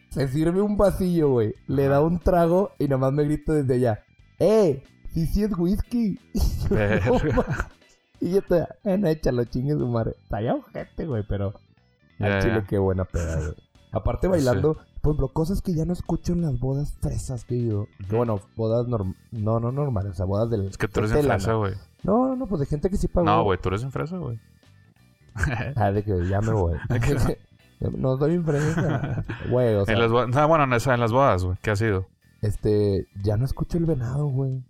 Speaker 2: Se sirve un vasillo, güey. Le da un trago y nomás me grita desde allá. ¡Eh! ¡Sí, sí es whisky! Y yo,
Speaker 1: Verga.
Speaker 2: "No, ma". Y yo te bueno, échalo, chingue su madre. Está ya ojete, güey, pero... Al
Speaker 1: Ya,
Speaker 2: chile,
Speaker 1: ya. Pues
Speaker 2: qué buena peda, güey. Aparte bailando, por ejemplo, cosas que ya no escucho en las bodas fresas que he ido. Que
Speaker 1: Ujú.
Speaker 2: bueno, bodas norm... No, no normales, o sea, bodas del...
Speaker 1: Es que tú eres en
Speaker 2: lana.
Speaker 1: fresa, güey.
Speaker 2: No, no, no, pues de gente que sí pagó.
Speaker 1: No, güey, tú eres en fresa, güey.
Speaker 2: Ah, de que ya me voy.
Speaker 1: De que
Speaker 2: no doy impresa. Güey, o
Speaker 1: en
Speaker 2: sea,
Speaker 1: las bodas. No, bueno, en, esa- en las bodas, güey. ¿Qué ha sido?
Speaker 2: este... Ya no escucho el venado, güey.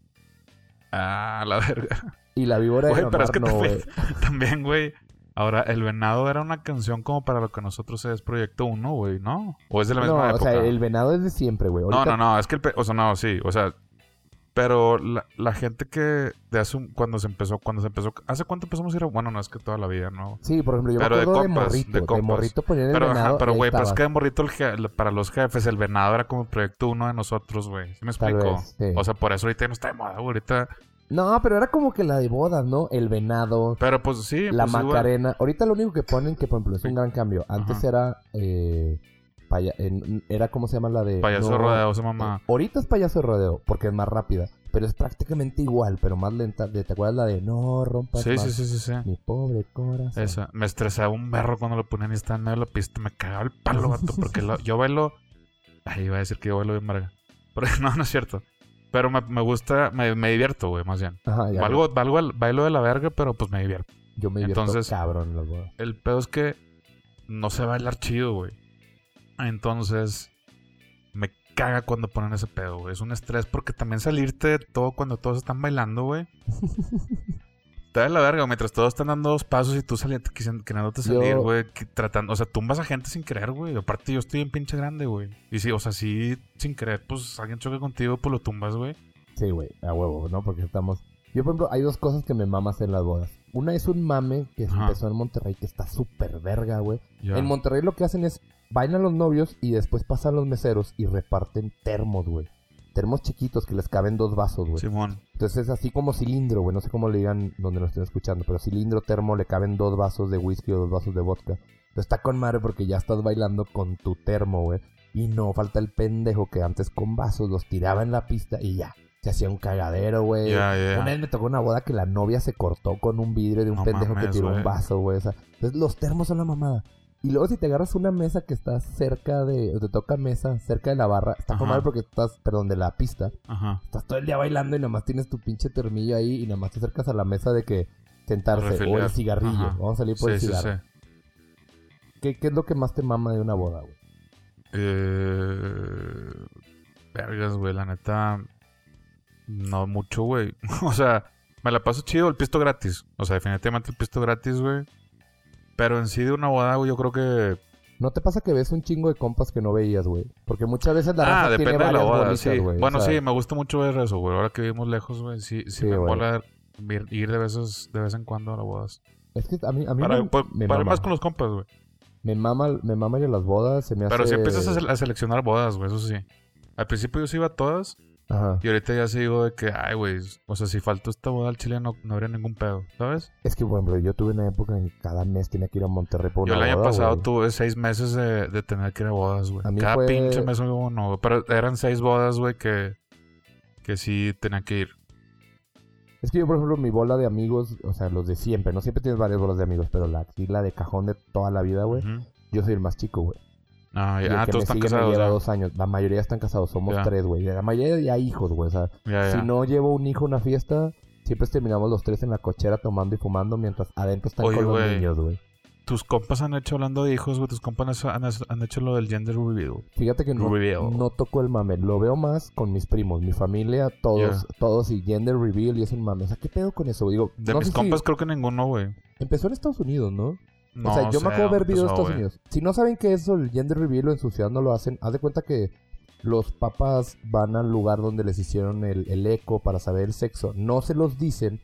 Speaker 1: Ah, la verga.
Speaker 2: Y la víbora de
Speaker 1: Güey, pero es que
Speaker 2: Omar, no,
Speaker 1: también,
Speaker 2: güey.
Speaker 1: también, güey. Ahora, El Venado era una canción como para lo que nosotros es Proyecto 1, güey, ¿no? ¿O es de la
Speaker 2: No,
Speaker 1: misma
Speaker 2: o
Speaker 1: época?
Speaker 2: sea, el venado es de siempre, güey.
Speaker 1: No,
Speaker 2: Ahorita-
Speaker 1: no, no, es que el... pe- O sea, no, sí, o sea... Pero la, la gente que de hace un- cuando se empezó, cuando se empezó, ¿hace cuánto empezamos a ir a- Bueno, no es que toda la vida, ¿no?
Speaker 2: Sí, por ejemplo, yo
Speaker 1: Pero
Speaker 2: me
Speaker 1: de
Speaker 2: acuerdo de,
Speaker 1: compas,
Speaker 2: morrito.
Speaker 1: de
Speaker 2: De,
Speaker 1: compas.
Speaker 2: morrito ponían el
Speaker 1: Pero, ajá,
Speaker 2: venado
Speaker 1: pero
Speaker 2: y ahí
Speaker 1: güey, pues, pero es
Speaker 2: estabas.
Speaker 1: que de morrito el je- el- para los jefes el venado era como el proyecto uno de nosotros, güey. ¿Sí me
Speaker 2: Tal
Speaker 1: explico?
Speaker 2: vez, sí.
Speaker 1: O sea, por eso ahorita ya no está de moda, güey. Ahorita
Speaker 2: No, pero era como que la de bodas, ¿no? El venado,
Speaker 1: Pero pues sí,
Speaker 2: la
Speaker 1: pues, igual.
Speaker 2: Macarena. Ahorita lo único que ponen, que por ejemplo es un gran cambio. Antes
Speaker 1: Ajá.
Speaker 2: era. eh, paya- en- era, ¿cómo se llama la de.
Speaker 1: Payaso
Speaker 2: no,
Speaker 1: rodeado, su
Speaker 2: eh,
Speaker 1: mamá.
Speaker 2: Ahorita es payaso de rodeo, porque es más rápida. Pero es prácticamente igual, pero más lenta. De- ¿Te acuerdas la de no rompas?
Speaker 1: Sí,
Speaker 2: más
Speaker 1: sí, sí, sí, sí.
Speaker 2: Mi pobre corazón.
Speaker 1: Esa. Me estresaba un berro cuando lo ponían y estaba en medio de la pista. Me cagaba el palo, vato. Porque lo- yo bailo. Ay, iba a decir que yo bailo bien verga. Pero no, no es cierto. Pero me, me gusta, me, me divierto, güey, más bien.
Speaker 2: Ajá, ya,
Speaker 1: Valgo, valgo al- bailo de la verga, pero pues me divierto.
Speaker 2: Yo me divierto
Speaker 1: entonces-
Speaker 2: cabrón en las bodas.
Speaker 1: El pedo es que no sé bailar chido, güey. Entonces, me caga cuando ponen ese pedo, güey. Es un estrés porque también salirte de todo cuando todos están bailando, güey. Está de la verga, mientras todos están dando dos pasos y tú saliendo, queriéndote
Speaker 2: Yo-
Speaker 1: salir, güey. que- Tratando, o sea, tumbas a gente sin querer, güey. Aparte, yo estoy bien pinche grande, güey. Y sí, o sea, sí, sin querer, pues alguien choca contigo, pues lo tumbas, güey.
Speaker 2: Sí, güey, a huevo, ¿no? Porque estamos... Yo, por ejemplo, hay dos cosas que me mama hacer en las bodas. Una es un mame que se
Speaker 1: Ajá.
Speaker 2: empezó en Monterrey, que está súper verga, güey.
Speaker 1: Ya.
Speaker 2: En Monterrey lo que hacen es bailan los novios y después pasan los meseros y reparten termos, güey. Termos chiquitos que les caben dos vasos, güey.
Speaker 1: Simón.
Speaker 2: Entonces es así como cilindro, güey. No sé cómo le digan donde lo estén escuchando, pero cilindro, termo, le caben dos vasos de whisky o dos vasos de vodka. Pero está con madre porque ya estás bailando con tu termo, güey. Y no falta el pendejo que antes con vasos los tiraba en la pista y ya. Se hacía un cagadero, güey.
Speaker 1: Ya, ya, ya.
Speaker 2: Una vez me tocó una boda que la novia se cortó con un vidrio de un
Speaker 1: No
Speaker 2: pendejo que
Speaker 1: mames,
Speaker 2: tiró un
Speaker 1: güey.
Speaker 2: vaso, güey. O sea, entonces los termos son la mamada. Y luego si te agarras una mesa que está cerca de, o te toca mesa, cerca de la barra, está con
Speaker 1: Ajá.
Speaker 2: madre porque estás, perdón, de la pista.
Speaker 1: Ajá.
Speaker 2: Estás todo el día bailando y nada más tienes tu pinche termillo ahí y nada más te acercas a la mesa de que sentarse o el
Speaker 1: Refilear.
Speaker 2: cigarrillo.
Speaker 1: Ajá.
Speaker 2: Vamos a salir por
Speaker 1: Sí,
Speaker 2: el
Speaker 1: sí,
Speaker 2: cigarro.
Speaker 1: sí.
Speaker 2: ¿Qué, qué es lo que más te mama de una boda, güey?
Speaker 1: Eh, vergas, güey, la neta. No mucho, güey. o sea, me la paso chido el pisto gratis. O sea, definitivamente el pisto gratis, güey. Pero en sí de una boda, güey, yo creo que.
Speaker 2: ¿No te pasa que ves un chingo de compas que no veías, güey? Porque muchas veces la
Speaker 1: ah,
Speaker 2: raza tiene
Speaker 1: depende de la
Speaker 2: varias
Speaker 1: boda,
Speaker 2: bolitas,
Speaker 1: sí.
Speaker 2: güey. o
Speaker 1: bueno,
Speaker 2: sea,
Speaker 1: sí, me gusta mucho ver eso, güey. Ahora que vivimos lejos, güey, sí, sí,
Speaker 2: Sí,
Speaker 1: me
Speaker 2: güey.
Speaker 1: mola ir, ir de, veces, de vez en cuando a las bodas.
Speaker 2: Es que a mí, a mí
Speaker 1: Para,
Speaker 2: me,
Speaker 1: pa-
Speaker 2: me
Speaker 1: para ir
Speaker 2: mama.
Speaker 1: más con los compas, güey.
Speaker 2: Me mama, me mama yo las bodas, se me hace...
Speaker 1: Pero si empiezas a, sele- a seleccionar bodas, güey, eso sí. Al principio yo sí iba a todas.
Speaker 2: Ajá.
Speaker 1: Y ahorita ya sigo de que, ay, güey, o sea, si faltó esta boda al chile no, no habría ningún pedo, ¿sabes?
Speaker 2: Es que, por ejemplo, yo tuve una época en que cada mes tenía que ir a Monterrey por
Speaker 1: Yo
Speaker 2: una
Speaker 1: el año
Speaker 2: boda,
Speaker 1: pasado
Speaker 2: güey.
Speaker 1: tuve seis meses de, de tener que ir a bodas, güey.
Speaker 2: A mí
Speaker 1: Cada
Speaker 2: fue-
Speaker 1: pinche mes hubo uno, güey. Pero eran seis bodas, güey, que, que sí tenía que ir.
Speaker 2: Es que yo, por ejemplo, mi bola de amigos, o sea, los de siempre, no siempre tienes varias bolas de amigos, pero la, sí, la de cajón de toda la vida, güey.
Speaker 1: Ujú.
Speaker 2: Yo soy el más chico, güey.
Speaker 1: Ah,
Speaker 2: Y
Speaker 1: ya.
Speaker 2: el
Speaker 1: Ah,
Speaker 2: que
Speaker 1: todos
Speaker 2: me
Speaker 1: están
Speaker 2: sigue me
Speaker 1: casados.
Speaker 2: lleva
Speaker 1: ya.
Speaker 2: dos años. La mayoría están casados, somos
Speaker 1: Ya.
Speaker 2: tres, güey. La mayoría ya hijos, güey. O sea,
Speaker 1: Ya, ya.
Speaker 2: si no llevo un hijo a una fiesta, siempre terminamos los tres en la cochera tomando y fumando mientras adentro están
Speaker 1: Oye,
Speaker 2: con los
Speaker 1: güey.
Speaker 2: niños, güey.
Speaker 1: Tus compas han hecho, hablando de hijos, güey, tus compas han, han- han hecho lo del gender reveal.
Speaker 2: Fíjate que no,
Speaker 1: Reveal.
Speaker 2: no toco el mame. Lo veo más con mis primos, mi familia, todos, todos y gender reveal y es un mame. O sea, ¿qué pedo con eso? güey? Digo,
Speaker 1: De
Speaker 2: no
Speaker 1: mis
Speaker 2: sé si-
Speaker 1: compas creo que ninguno, güey.
Speaker 2: Empezó en Estados Unidos, ¿no?
Speaker 1: No,
Speaker 2: o sea, yo
Speaker 1: sé
Speaker 2: me acuerdo ver
Speaker 1: dónde
Speaker 2: videos de
Speaker 1: empezó,
Speaker 2: Estados
Speaker 1: güey.
Speaker 2: Unidos. Si no saben qué es eso, el gender reveal o en su ciudad no lo hacen, haz de cuenta que los papás van al lugar donde les hicieron el, el eco para saber el sexo. No se los dicen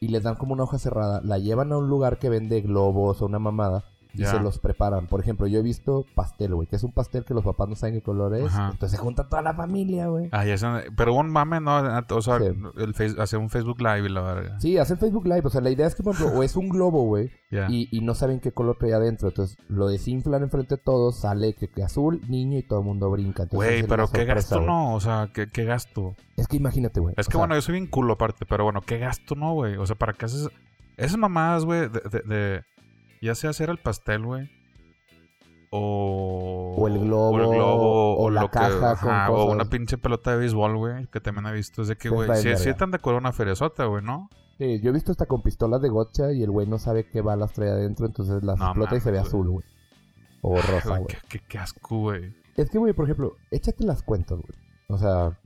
Speaker 2: y les dan como una hoja cerrada. La llevan a un lugar que vende globos o una mamada y
Speaker 1: Ya.
Speaker 2: se los preparan. Por ejemplo, yo he visto pastel, güey, que es un pastel que los papás no saben qué color es.
Speaker 1: Ajá.
Speaker 2: Entonces se junta toda la familia, güey.
Speaker 1: Ah, ya se- Pero hubo un mame, ¿no? O sea,
Speaker 2: Sí.
Speaker 1: el face- hacer un Facebook Live y la verga.
Speaker 2: Sí, hacen Facebook Live. O sea, la idea es que, por ejemplo, o es un globo, güey.
Speaker 1: Ya.
Speaker 2: y, y no saben qué color trae adentro. Entonces lo desinflan enfrente de todos, sale que, que azul, niño y todo el mundo brinca. Entonces,
Speaker 1: Güey,
Speaker 2: es
Speaker 1: pero
Speaker 2: una
Speaker 1: qué
Speaker 2: sorpresa,
Speaker 1: gasto
Speaker 2: güey.
Speaker 1: no, o sea, qué, qué gasto.
Speaker 2: Es que imagínate, güey.
Speaker 1: Es
Speaker 2: o
Speaker 1: que
Speaker 2: sea,
Speaker 1: bueno, yo soy bien culo aparte, pero bueno, qué gasto no, güey. O sea, ¿para qué haces esas mamadas, güey? De, de- de- ya sea hacer el pastel, güey. O,
Speaker 2: O el globo,
Speaker 1: o, el globo,
Speaker 2: o la
Speaker 1: lo que-
Speaker 2: caja con
Speaker 1: ajá, O
Speaker 2: cosas.
Speaker 1: una pinche pelota de béisbol, güey, que también he visto. Es de que,
Speaker 2: Es
Speaker 1: güey,
Speaker 2: la
Speaker 1: si,
Speaker 2: verga.
Speaker 1: si están de acuerdo una feriazota, güey, ¿no?
Speaker 2: sí, yo he visto hasta con pistolas de gocha y el güey no sabe qué balas trae adentro, entonces las
Speaker 1: No
Speaker 2: explota y se ve
Speaker 1: mames,
Speaker 2: azul, güey. O rosa,
Speaker 1: Güey,
Speaker 2: güey.
Speaker 1: qué, qué, qué asco, güey.
Speaker 2: Es que, güey, por ejemplo, échate las cuentas, güey. O sea,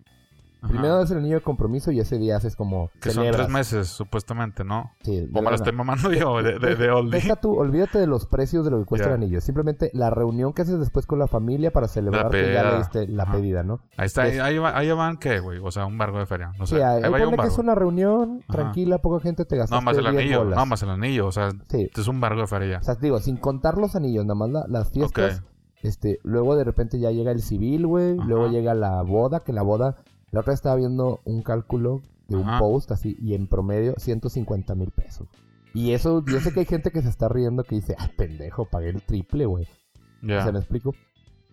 Speaker 1: Ajá.
Speaker 2: primero es el anillo de compromiso y ese día haces como...
Speaker 1: Que son
Speaker 2: celebras.
Speaker 1: tres meses, supuestamente, ¿no?
Speaker 2: Sí,
Speaker 1: O me
Speaker 2: bueno,
Speaker 1: la estoy mamando yo, de, de, de oldie.
Speaker 2: Deja tú, olvídate de los precios de lo que cuesta
Speaker 1: Ya.
Speaker 2: el anillo. Simplemente la reunión que haces después con la familia para celebrar que ya le
Speaker 1: pedida.
Speaker 2: diste la
Speaker 1: Ajá.
Speaker 2: pedida, ¿no?
Speaker 1: Ahí está,
Speaker 2: Es-
Speaker 1: ahí, ahí va- ahí van, ¿qué, güey? O sea, un barco de feria. No sé,
Speaker 2: Sí, ahí,
Speaker 1: ahí,
Speaker 2: ahí
Speaker 1: va ya
Speaker 2: ponle
Speaker 1: un
Speaker 2: que es
Speaker 1: barco.
Speaker 2: una reunión
Speaker 1: Ajá.
Speaker 2: tranquila, poca gente te gasta.
Speaker 1: No, más el anillo,
Speaker 2: Bolas.
Speaker 1: no, más el anillo. O sea,
Speaker 2: Sí.
Speaker 1: es un barco de feria.
Speaker 2: O sea, te digo, sin contar los anillos, nada más la- las fiestas. Este, luego de repente ya llega el civil, güey.
Speaker 1: Ajá.
Speaker 2: Luego llega la boda, que la boda. La otra vez estaba viendo un cálculo de un
Speaker 1: Ajá.
Speaker 2: post así, y en promedio 150 mil pesos. Y eso, yo sé que hay gente que se está riendo que dice, ah, pendejo, pagué el triple, güey.
Speaker 1: Ya.
Speaker 2: O sea, ¿me explico?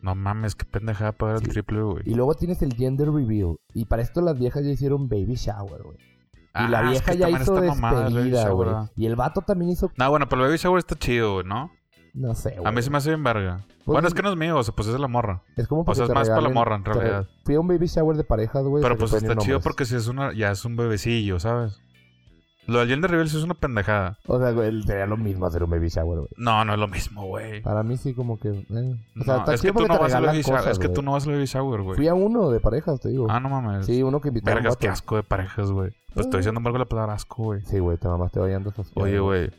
Speaker 1: No mames, qué pendejada pagar
Speaker 2: Sí.
Speaker 1: el triple, güey.
Speaker 2: Y luego tienes el gender reveal. Y para esto las viejas ya hicieron baby shower, güey. Y la
Speaker 1: Ah, es
Speaker 2: vieja
Speaker 1: que
Speaker 2: ya
Speaker 1: también
Speaker 2: hizo
Speaker 1: está mamada el baby
Speaker 2: despedida,
Speaker 1: shower,
Speaker 2: güey.
Speaker 1: ¿verdad?
Speaker 2: Y el vato también hizo,
Speaker 1: No, bueno, pero el baby shower está chido, güey, ¿no?
Speaker 2: no sé, güey.
Speaker 1: A mí se me hace bien verga.
Speaker 2: Pues,
Speaker 1: bueno, es que no es mío, o sea, pues es de la morra.
Speaker 2: es como
Speaker 1: O
Speaker 2: porque
Speaker 1: sea, es
Speaker 2: te
Speaker 1: más para la
Speaker 2: regalen-
Speaker 1: morra, en
Speaker 2: te re-
Speaker 1: realidad.
Speaker 2: Fui a un baby shower de parejas, güey.
Speaker 1: Pero
Speaker 2: o sea, que
Speaker 1: pues
Speaker 2: ponen
Speaker 1: está chido
Speaker 2: nombres.
Speaker 1: porque si es una, ya es un bebecillo, ¿sabes? Lo del Gender Reveal sí es una pendejada.
Speaker 2: O sea, güey, sería lo mismo hacer un baby shower, güey.
Speaker 1: No, no es lo mismo, güey.
Speaker 2: Para mí sí como que... eh. O
Speaker 1: No,
Speaker 2: sea, está
Speaker 1: es que
Speaker 2: chido
Speaker 1: tú
Speaker 2: porque
Speaker 1: no
Speaker 2: te
Speaker 1: vas al
Speaker 2: regalan
Speaker 1: baby shower,
Speaker 2: cosas,
Speaker 1: es que tú
Speaker 2: güey.
Speaker 1: no vas al baby shower,
Speaker 2: Fui
Speaker 1: güey.
Speaker 2: a uno de parejas, te digo.
Speaker 1: Ah, no mames.
Speaker 2: Sí, Ah. uno que invitaba a un
Speaker 1: Vergas, qué
Speaker 2: vato.
Speaker 1: asco de parejas, güey. Pues estoy diciendo embargo la palabra asco, güey.
Speaker 2: Sí, güey, te mamaste oyendo esas
Speaker 1: Oye, güey.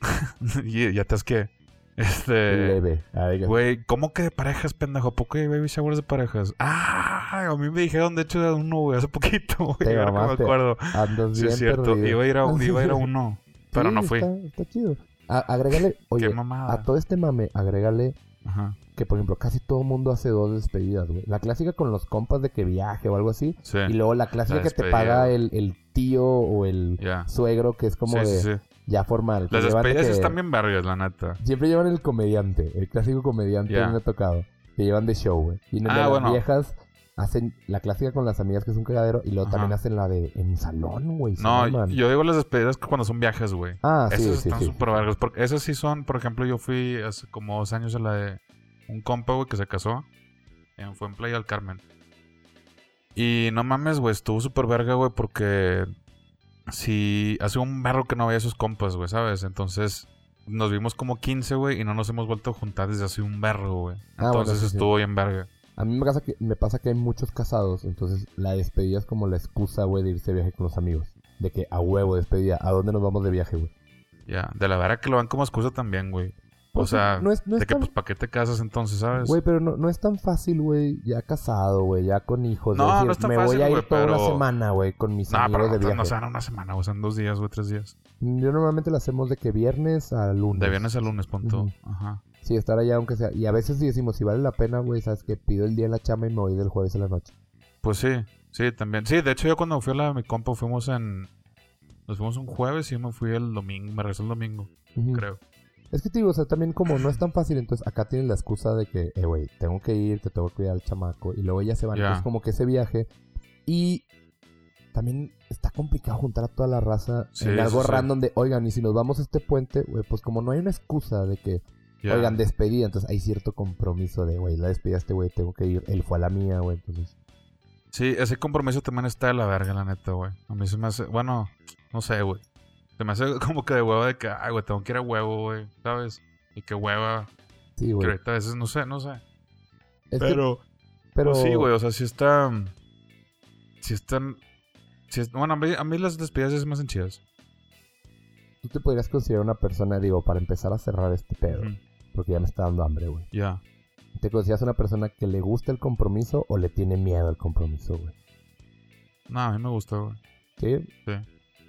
Speaker 1: Y- ya te asqué. Este.
Speaker 2: Leve. Ay, que-
Speaker 1: Güey, ¿cómo que de parejas, pendejo? ¿A poco hay baby showers de parejas? ¡Ah! A mí me dijeron, de hecho, de uno, güey, hace poquito,
Speaker 2: Te
Speaker 1: güey. Ahora que
Speaker 2: mamaste.
Speaker 1: me acuerdo.
Speaker 2: Andas
Speaker 1: Sí,
Speaker 2: bien
Speaker 1: es cierto.
Speaker 2: perdido.
Speaker 1: Iba a, ir a, iba a ir a uno, pero
Speaker 2: Sí,
Speaker 1: no fui.
Speaker 2: Está, está chido. A- agrégale, oye,
Speaker 1: Qué mamada.
Speaker 2: a todo este mame, agrégale
Speaker 1: Ajá.
Speaker 2: que, por ejemplo, casi todo mundo hace dos despedidas, güey. La clásica con los compas de que viaje o algo así.
Speaker 1: Sí.
Speaker 2: Y luego la clásica
Speaker 1: Eh, La
Speaker 2: que te
Speaker 1: despedida,
Speaker 2: paga
Speaker 1: güey.
Speaker 2: el, el tío o el
Speaker 1: Ya.
Speaker 2: suegro, que es como
Speaker 1: Sí,
Speaker 2: de
Speaker 1: sí, sí.
Speaker 2: ya formal. que
Speaker 1: Las
Speaker 2: llevan de
Speaker 1: despedidas
Speaker 2: que-
Speaker 1: están bien vergas, la neta.
Speaker 2: Siempre llevan el comediante, el clásico comediante
Speaker 1: Ya.
Speaker 2: que me ha tocado. Que llevan de show, güey. Y en el
Speaker 1: Ah,
Speaker 2: de las
Speaker 1: bueno.
Speaker 2: viejas hacen la clásica con las amigas que es un cagadero. Y luego
Speaker 1: Ajá.
Speaker 2: también hacen la de en salón, güey. se
Speaker 1: No,
Speaker 2: maman.
Speaker 1: yo digo las despedidas cuando son viajes, güey.
Speaker 2: Ah, sí,
Speaker 1: Esas
Speaker 2: sí,
Speaker 1: están
Speaker 2: sí.
Speaker 1: súper vergas. Porque esas sí son, por ejemplo, yo fui hace como dos años a la de un compa, güey, que se casó. En, fue en Playa del Carmen. Y no mames, güey, estuvo súper verga, güey, porque si hace un barro que no veía a sus compas, güey, ¿sabes? Entonces nos vimos como 15, güey, y no nos hemos vuelto a juntar desde hace un barro, güey.
Speaker 2: Ah, bueno,
Speaker 1: Entonces
Speaker 2: sí, sí.
Speaker 1: estuvo bien verga.
Speaker 2: A mí me pasa, que, me pasa que hay muchos casados, entonces la despedida es como la excusa, güey, de irse de viaje con los amigos. De que a huevo despedida, ¿a dónde nos vamos de viaje, güey?
Speaker 1: Ya, de la verdad que lo van como excusa también, güey. O
Speaker 2: Pues,
Speaker 1: sea,
Speaker 2: no es, no es
Speaker 1: de que
Speaker 2: tan-
Speaker 1: pues, ¿para qué te casas entonces, sabes?
Speaker 2: Güey, pero no, no es tan fácil, güey, ya casado, güey, ya con hijos. de
Speaker 1: No, no
Speaker 2: decir,
Speaker 1: es tan
Speaker 2: me
Speaker 1: fácil,
Speaker 2: voy a ir
Speaker 1: güey,
Speaker 2: toda una
Speaker 1: pero-
Speaker 2: semana, güey, con mis
Speaker 1: No, pero
Speaker 2: amigos
Speaker 1: no,
Speaker 2: pues, de
Speaker 1: te-
Speaker 2: viaje.
Speaker 1: no se dan una semana, o sea, en dos días o tres días.
Speaker 2: Yo normalmente lo hacemos de que viernes a lunes.
Speaker 1: De viernes a lunes, punto.
Speaker 2: Ujú.
Speaker 1: Ajá.
Speaker 2: Sí, estar allá aunque sea. Y a veces sí decimos, si vale la pena, güey, sabes que pido el día en la chama y me voy del jueves a la noche.
Speaker 1: Pues sí, sí, también. Sí, de hecho yo cuando fui a la de mi compa fuimos en... Nos fuimos un jueves y yo me fui el domingo, me regresé el domingo,
Speaker 2: Ujú.
Speaker 1: creo.
Speaker 2: Es que te digo, o sea, también como no es tan fácil, entonces acá tienen la excusa de que, eh, güey, tengo que ir, te tengo que cuidar al chamaco, y luego ya se van.
Speaker 1: Ya.
Speaker 2: Entonces, como que ese viaje. Y también está complicado juntar a toda la raza
Speaker 1: Sí,
Speaker 2: en algo
Speaker 1: eso sí.
Speaker 2: random de, oigan, y si nos vamos a este puente, güey, pues como no hay una excusa de que,
Speaker 1: Ya.
Speaker 2: oigan, despedida, entonces hay cierto compromiso de, güey, la despedida a este güey, tengo que ir, él fue a la mía, güey, entonces.
Speaker 1: Sí, ese compromiso también está de la verga, la neta, güey. A mí se me hace... Bueno, no sé, güey. Se me hace como que de huevo de que, ay, güey, tengo que ir a huevo, güey, ¿sabes? Y que hueva,
Speaker 2: Sí,
Speaker 1: que
Speaker 2: güey.
Speaker 1: ahorita a veces no sé, no sé.
Speaker 2: Es que-
Speaker 1: Pero...
Speaker 2: pero
Speaker 1: Pues sí, güey, o sea, sí está... Sí están... sí es- bueno, a mí, a mí las despedidas sí se me hacen chidas.
Speaker 2: tú te podrías considerar una persona, digo, para empezar a cerrar este pedo,
Speaker 1: Ujú.
Speaker 2: porque ya me está dando hambre, güey.
Speaker 1: Ya.
Speaker 2: ¿Te consideras una persona que le gusta el compromiso o le tiene miedo al compromiso, güey?
Speaker 1: No, a mí me gusta, güey.
Speaker 2: ¿Sí?
Speaker 1: Sí.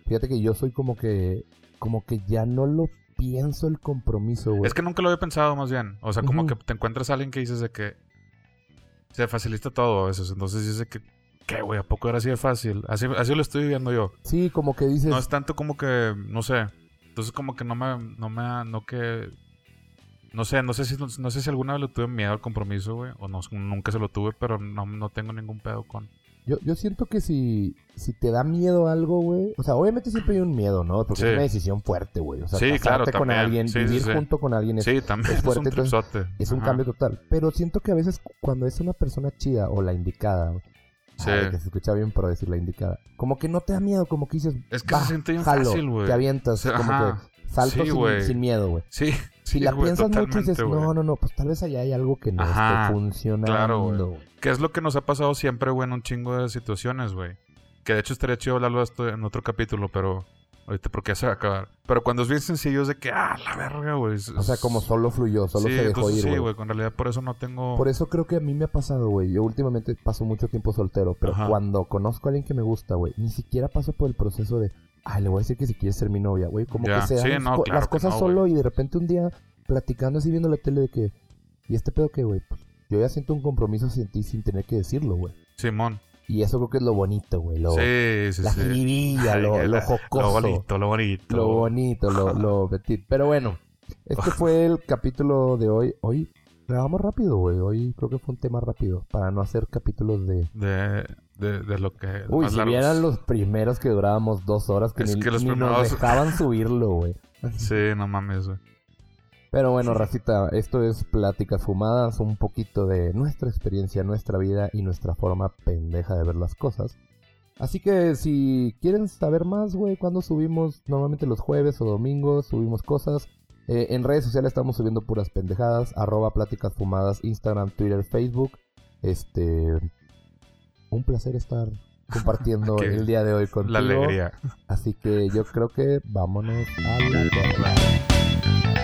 Speaker 2: Fíjate que yo soy como que... Como que ya no lo pienso el compromiso, güey.
Speaker 1: Es que nunca lo había pensado más bien. O sea, como
Speaker 2: Ujú.
Speaker 1: que te encuentras a alguien que dices de que se facilita todo a veces. Entonces dices que, ¿qué, güey? ¿A poco era así de fácil? Así, así lo estoy viviendo yo.
Speaker 2: Sí, como que dices...
Speaker 1: No es tanto como que, no sé. Entonces como que no me, no me, ha- no que... No sé, no sé si no sé si alguna vez lo tuve miedo al compromiso, güey. O no, nunca se lo tuve, pero no, no tengo ningún pedo con...
Speaker 2: Yo, yo siento que si, si te da miedo algo, güey... O sea, obviamente siempre hay un miedo, ¿no? Porque
Speaker 1: Sí.
Speaker 2: es una decisión fuerte, güey. O sea,
Speaker 1: Sí, claro,
Speaker 2: casarte con
Speaker 1: también.
Speaker 2: alguien,
Speaker 1: Sí, sí,
Speaker 2: vivir
Speaker 1: sí.
Speaker 2: junto con alguien es,
Speaker 1: Sí, también es,
Speaker 2: fuerte,
Speaker 1: un
Speaker 2: entonces,
Speaker 1: tripsote.
Speaker 2: es un
Speaker 1: Ajá.
Speaker 2: cambio total. Pero siento que a veces cu- cuando es una persona chida o la indicada... güey,
Speaker 1: Sí.
Speaker 2: ay, que se escucha bien, pero decir la indicada. Como que no te da miedo, como que dices...
Speaker 1: Es que
Speaker 2: "Va,
Speaker 1: se siente bien
Speaker 2: jalo,
Speaker 1: fácil, güey.
Speaker 2: Te avientas,
Speaker 1: Sí,
Speaker 2: como
Speaker 1: ajá.
Speaker 2: que salto
Speaker 1: Sí,
Speaker 2: sin,
Speaker 1: güey.
Speaker 2: sin miedo, güey.
Speaker 1: Sí,
Speaker 2: Si
Speaker 1: sí,
Speaker 2: la
Speaker 1: güey,
Speaker 2: piensas mucho y
Speaker 1: totalmente,
Speaker 2: dices,
Speaker 1: güey.
Speaker 2: no, no, no, pues tal vez allá hay algo que no
Speaker 1: Ajá,
Speaker 2: esté funcionando.
Speaker 1: claro, güey.
Speaker 2: güey.
Speaker 1: Que es lo que nos ha pasado siempre, güey, en un chingo de situaciones, güey. Que de hecho estaría chido hablarlo de esto en otro capítulo, pero ahorita porque ya se va a acabar. Pero cuando es bien sencillo es de que, ah, la verga, güey. es-
Speaker 2: O sea, como solo fluyó, solo
Speaker 1: sí,
Speaker 2: se dejó
Speaker 1: entonces
Speaker 2: ir,
Speaker 1: sí,
Speaker 2: güey.
Speaker 1: güey, con realidad por eso no tengo...
Speaker 2: Por eso creo que a mí me ha pasado, güey. Yo últimamente paso mucho tiempo soltero, pero
Speaker 1: Ajá.
Speaker 2: cuando conozco a alguien que me gusta, güey, ni siquiera paso por el proceso de, ay, le voy a decir que si quieres ser mi novia, güey. Como
Speaker 1: Ya.
Speaker 2: que se dan
Speaker 1: Sí,
Speaker 2: las
Speaker 1: no,
Speaker 2: co-
Speaker 1: claro
Speaker 2: las
Speaker 1: que
Speaker 2: cosas
Speaker 1: no,
Speaker 2: solo y de repente un día platicando así viendo la tele de que, ¿y este pedo qué, güey? Pues, yo ya siento un compromiso sin ti sin tener que decirlo, güey.
Speaker 1: Simón.
Speaker 2: Y eso creo que es lo bonito, güey. Lo,
Speaker 1: sí, sí,
Speaker 2: la
Speaker 1: sí.
Speaker 2: jiribilla,
Speaker 1: Ay,
Speaker 2: lo,
Speaker 1: la-
Speaker 2: lo jocoso.
Speaker 1: Lo bonito, lo bonito.
Speaker 2: Lo bonito, lo, lo petit. Pero bueno, este fue el capítulo de hoy. Hoy grabamos rápido, güey. Hoy creo que fue un tema rápido. Para no hacer capítulos de.
Speaker 1: De, de, de lo que.
Speaker 2: Uy,
Speaker 1: más
Speaker 2: si
Speaker 1: largos.
Speaker 2: vieran los primeros que durábamos dos horas, que
Speaker 1: Es
Speaker 2: ni,
Speaker 1: que los
Speaker 2: ni nos
Speaker 1: primeros-
Speaker 2: dejaban subirlo, güey.
Speaker 1: Sí, no mames, güey.
Speaker 2: Pero bueno, Racita, esto es Pláticas Fumadas, un poquito de nuestra experiencia, nuestra vida y nuestra forma pendeja de ver las cosas. Así que si quieren saber más, güey, cuando subimos, normalmente los jueves o domingos subimos cosas. Eh, en redes sociales estamos subiendo puras pendejadas, arroba Pláticas Fumadas, Instagram, Twitter, Facebook. Este, un placer estar compartiendo
Speaker 1: Qué-
Speaker 2: el día de hoy contigo.
Speaker 1: La alegría.
Speaker 2: Así que yo creo que vámonos a la verga.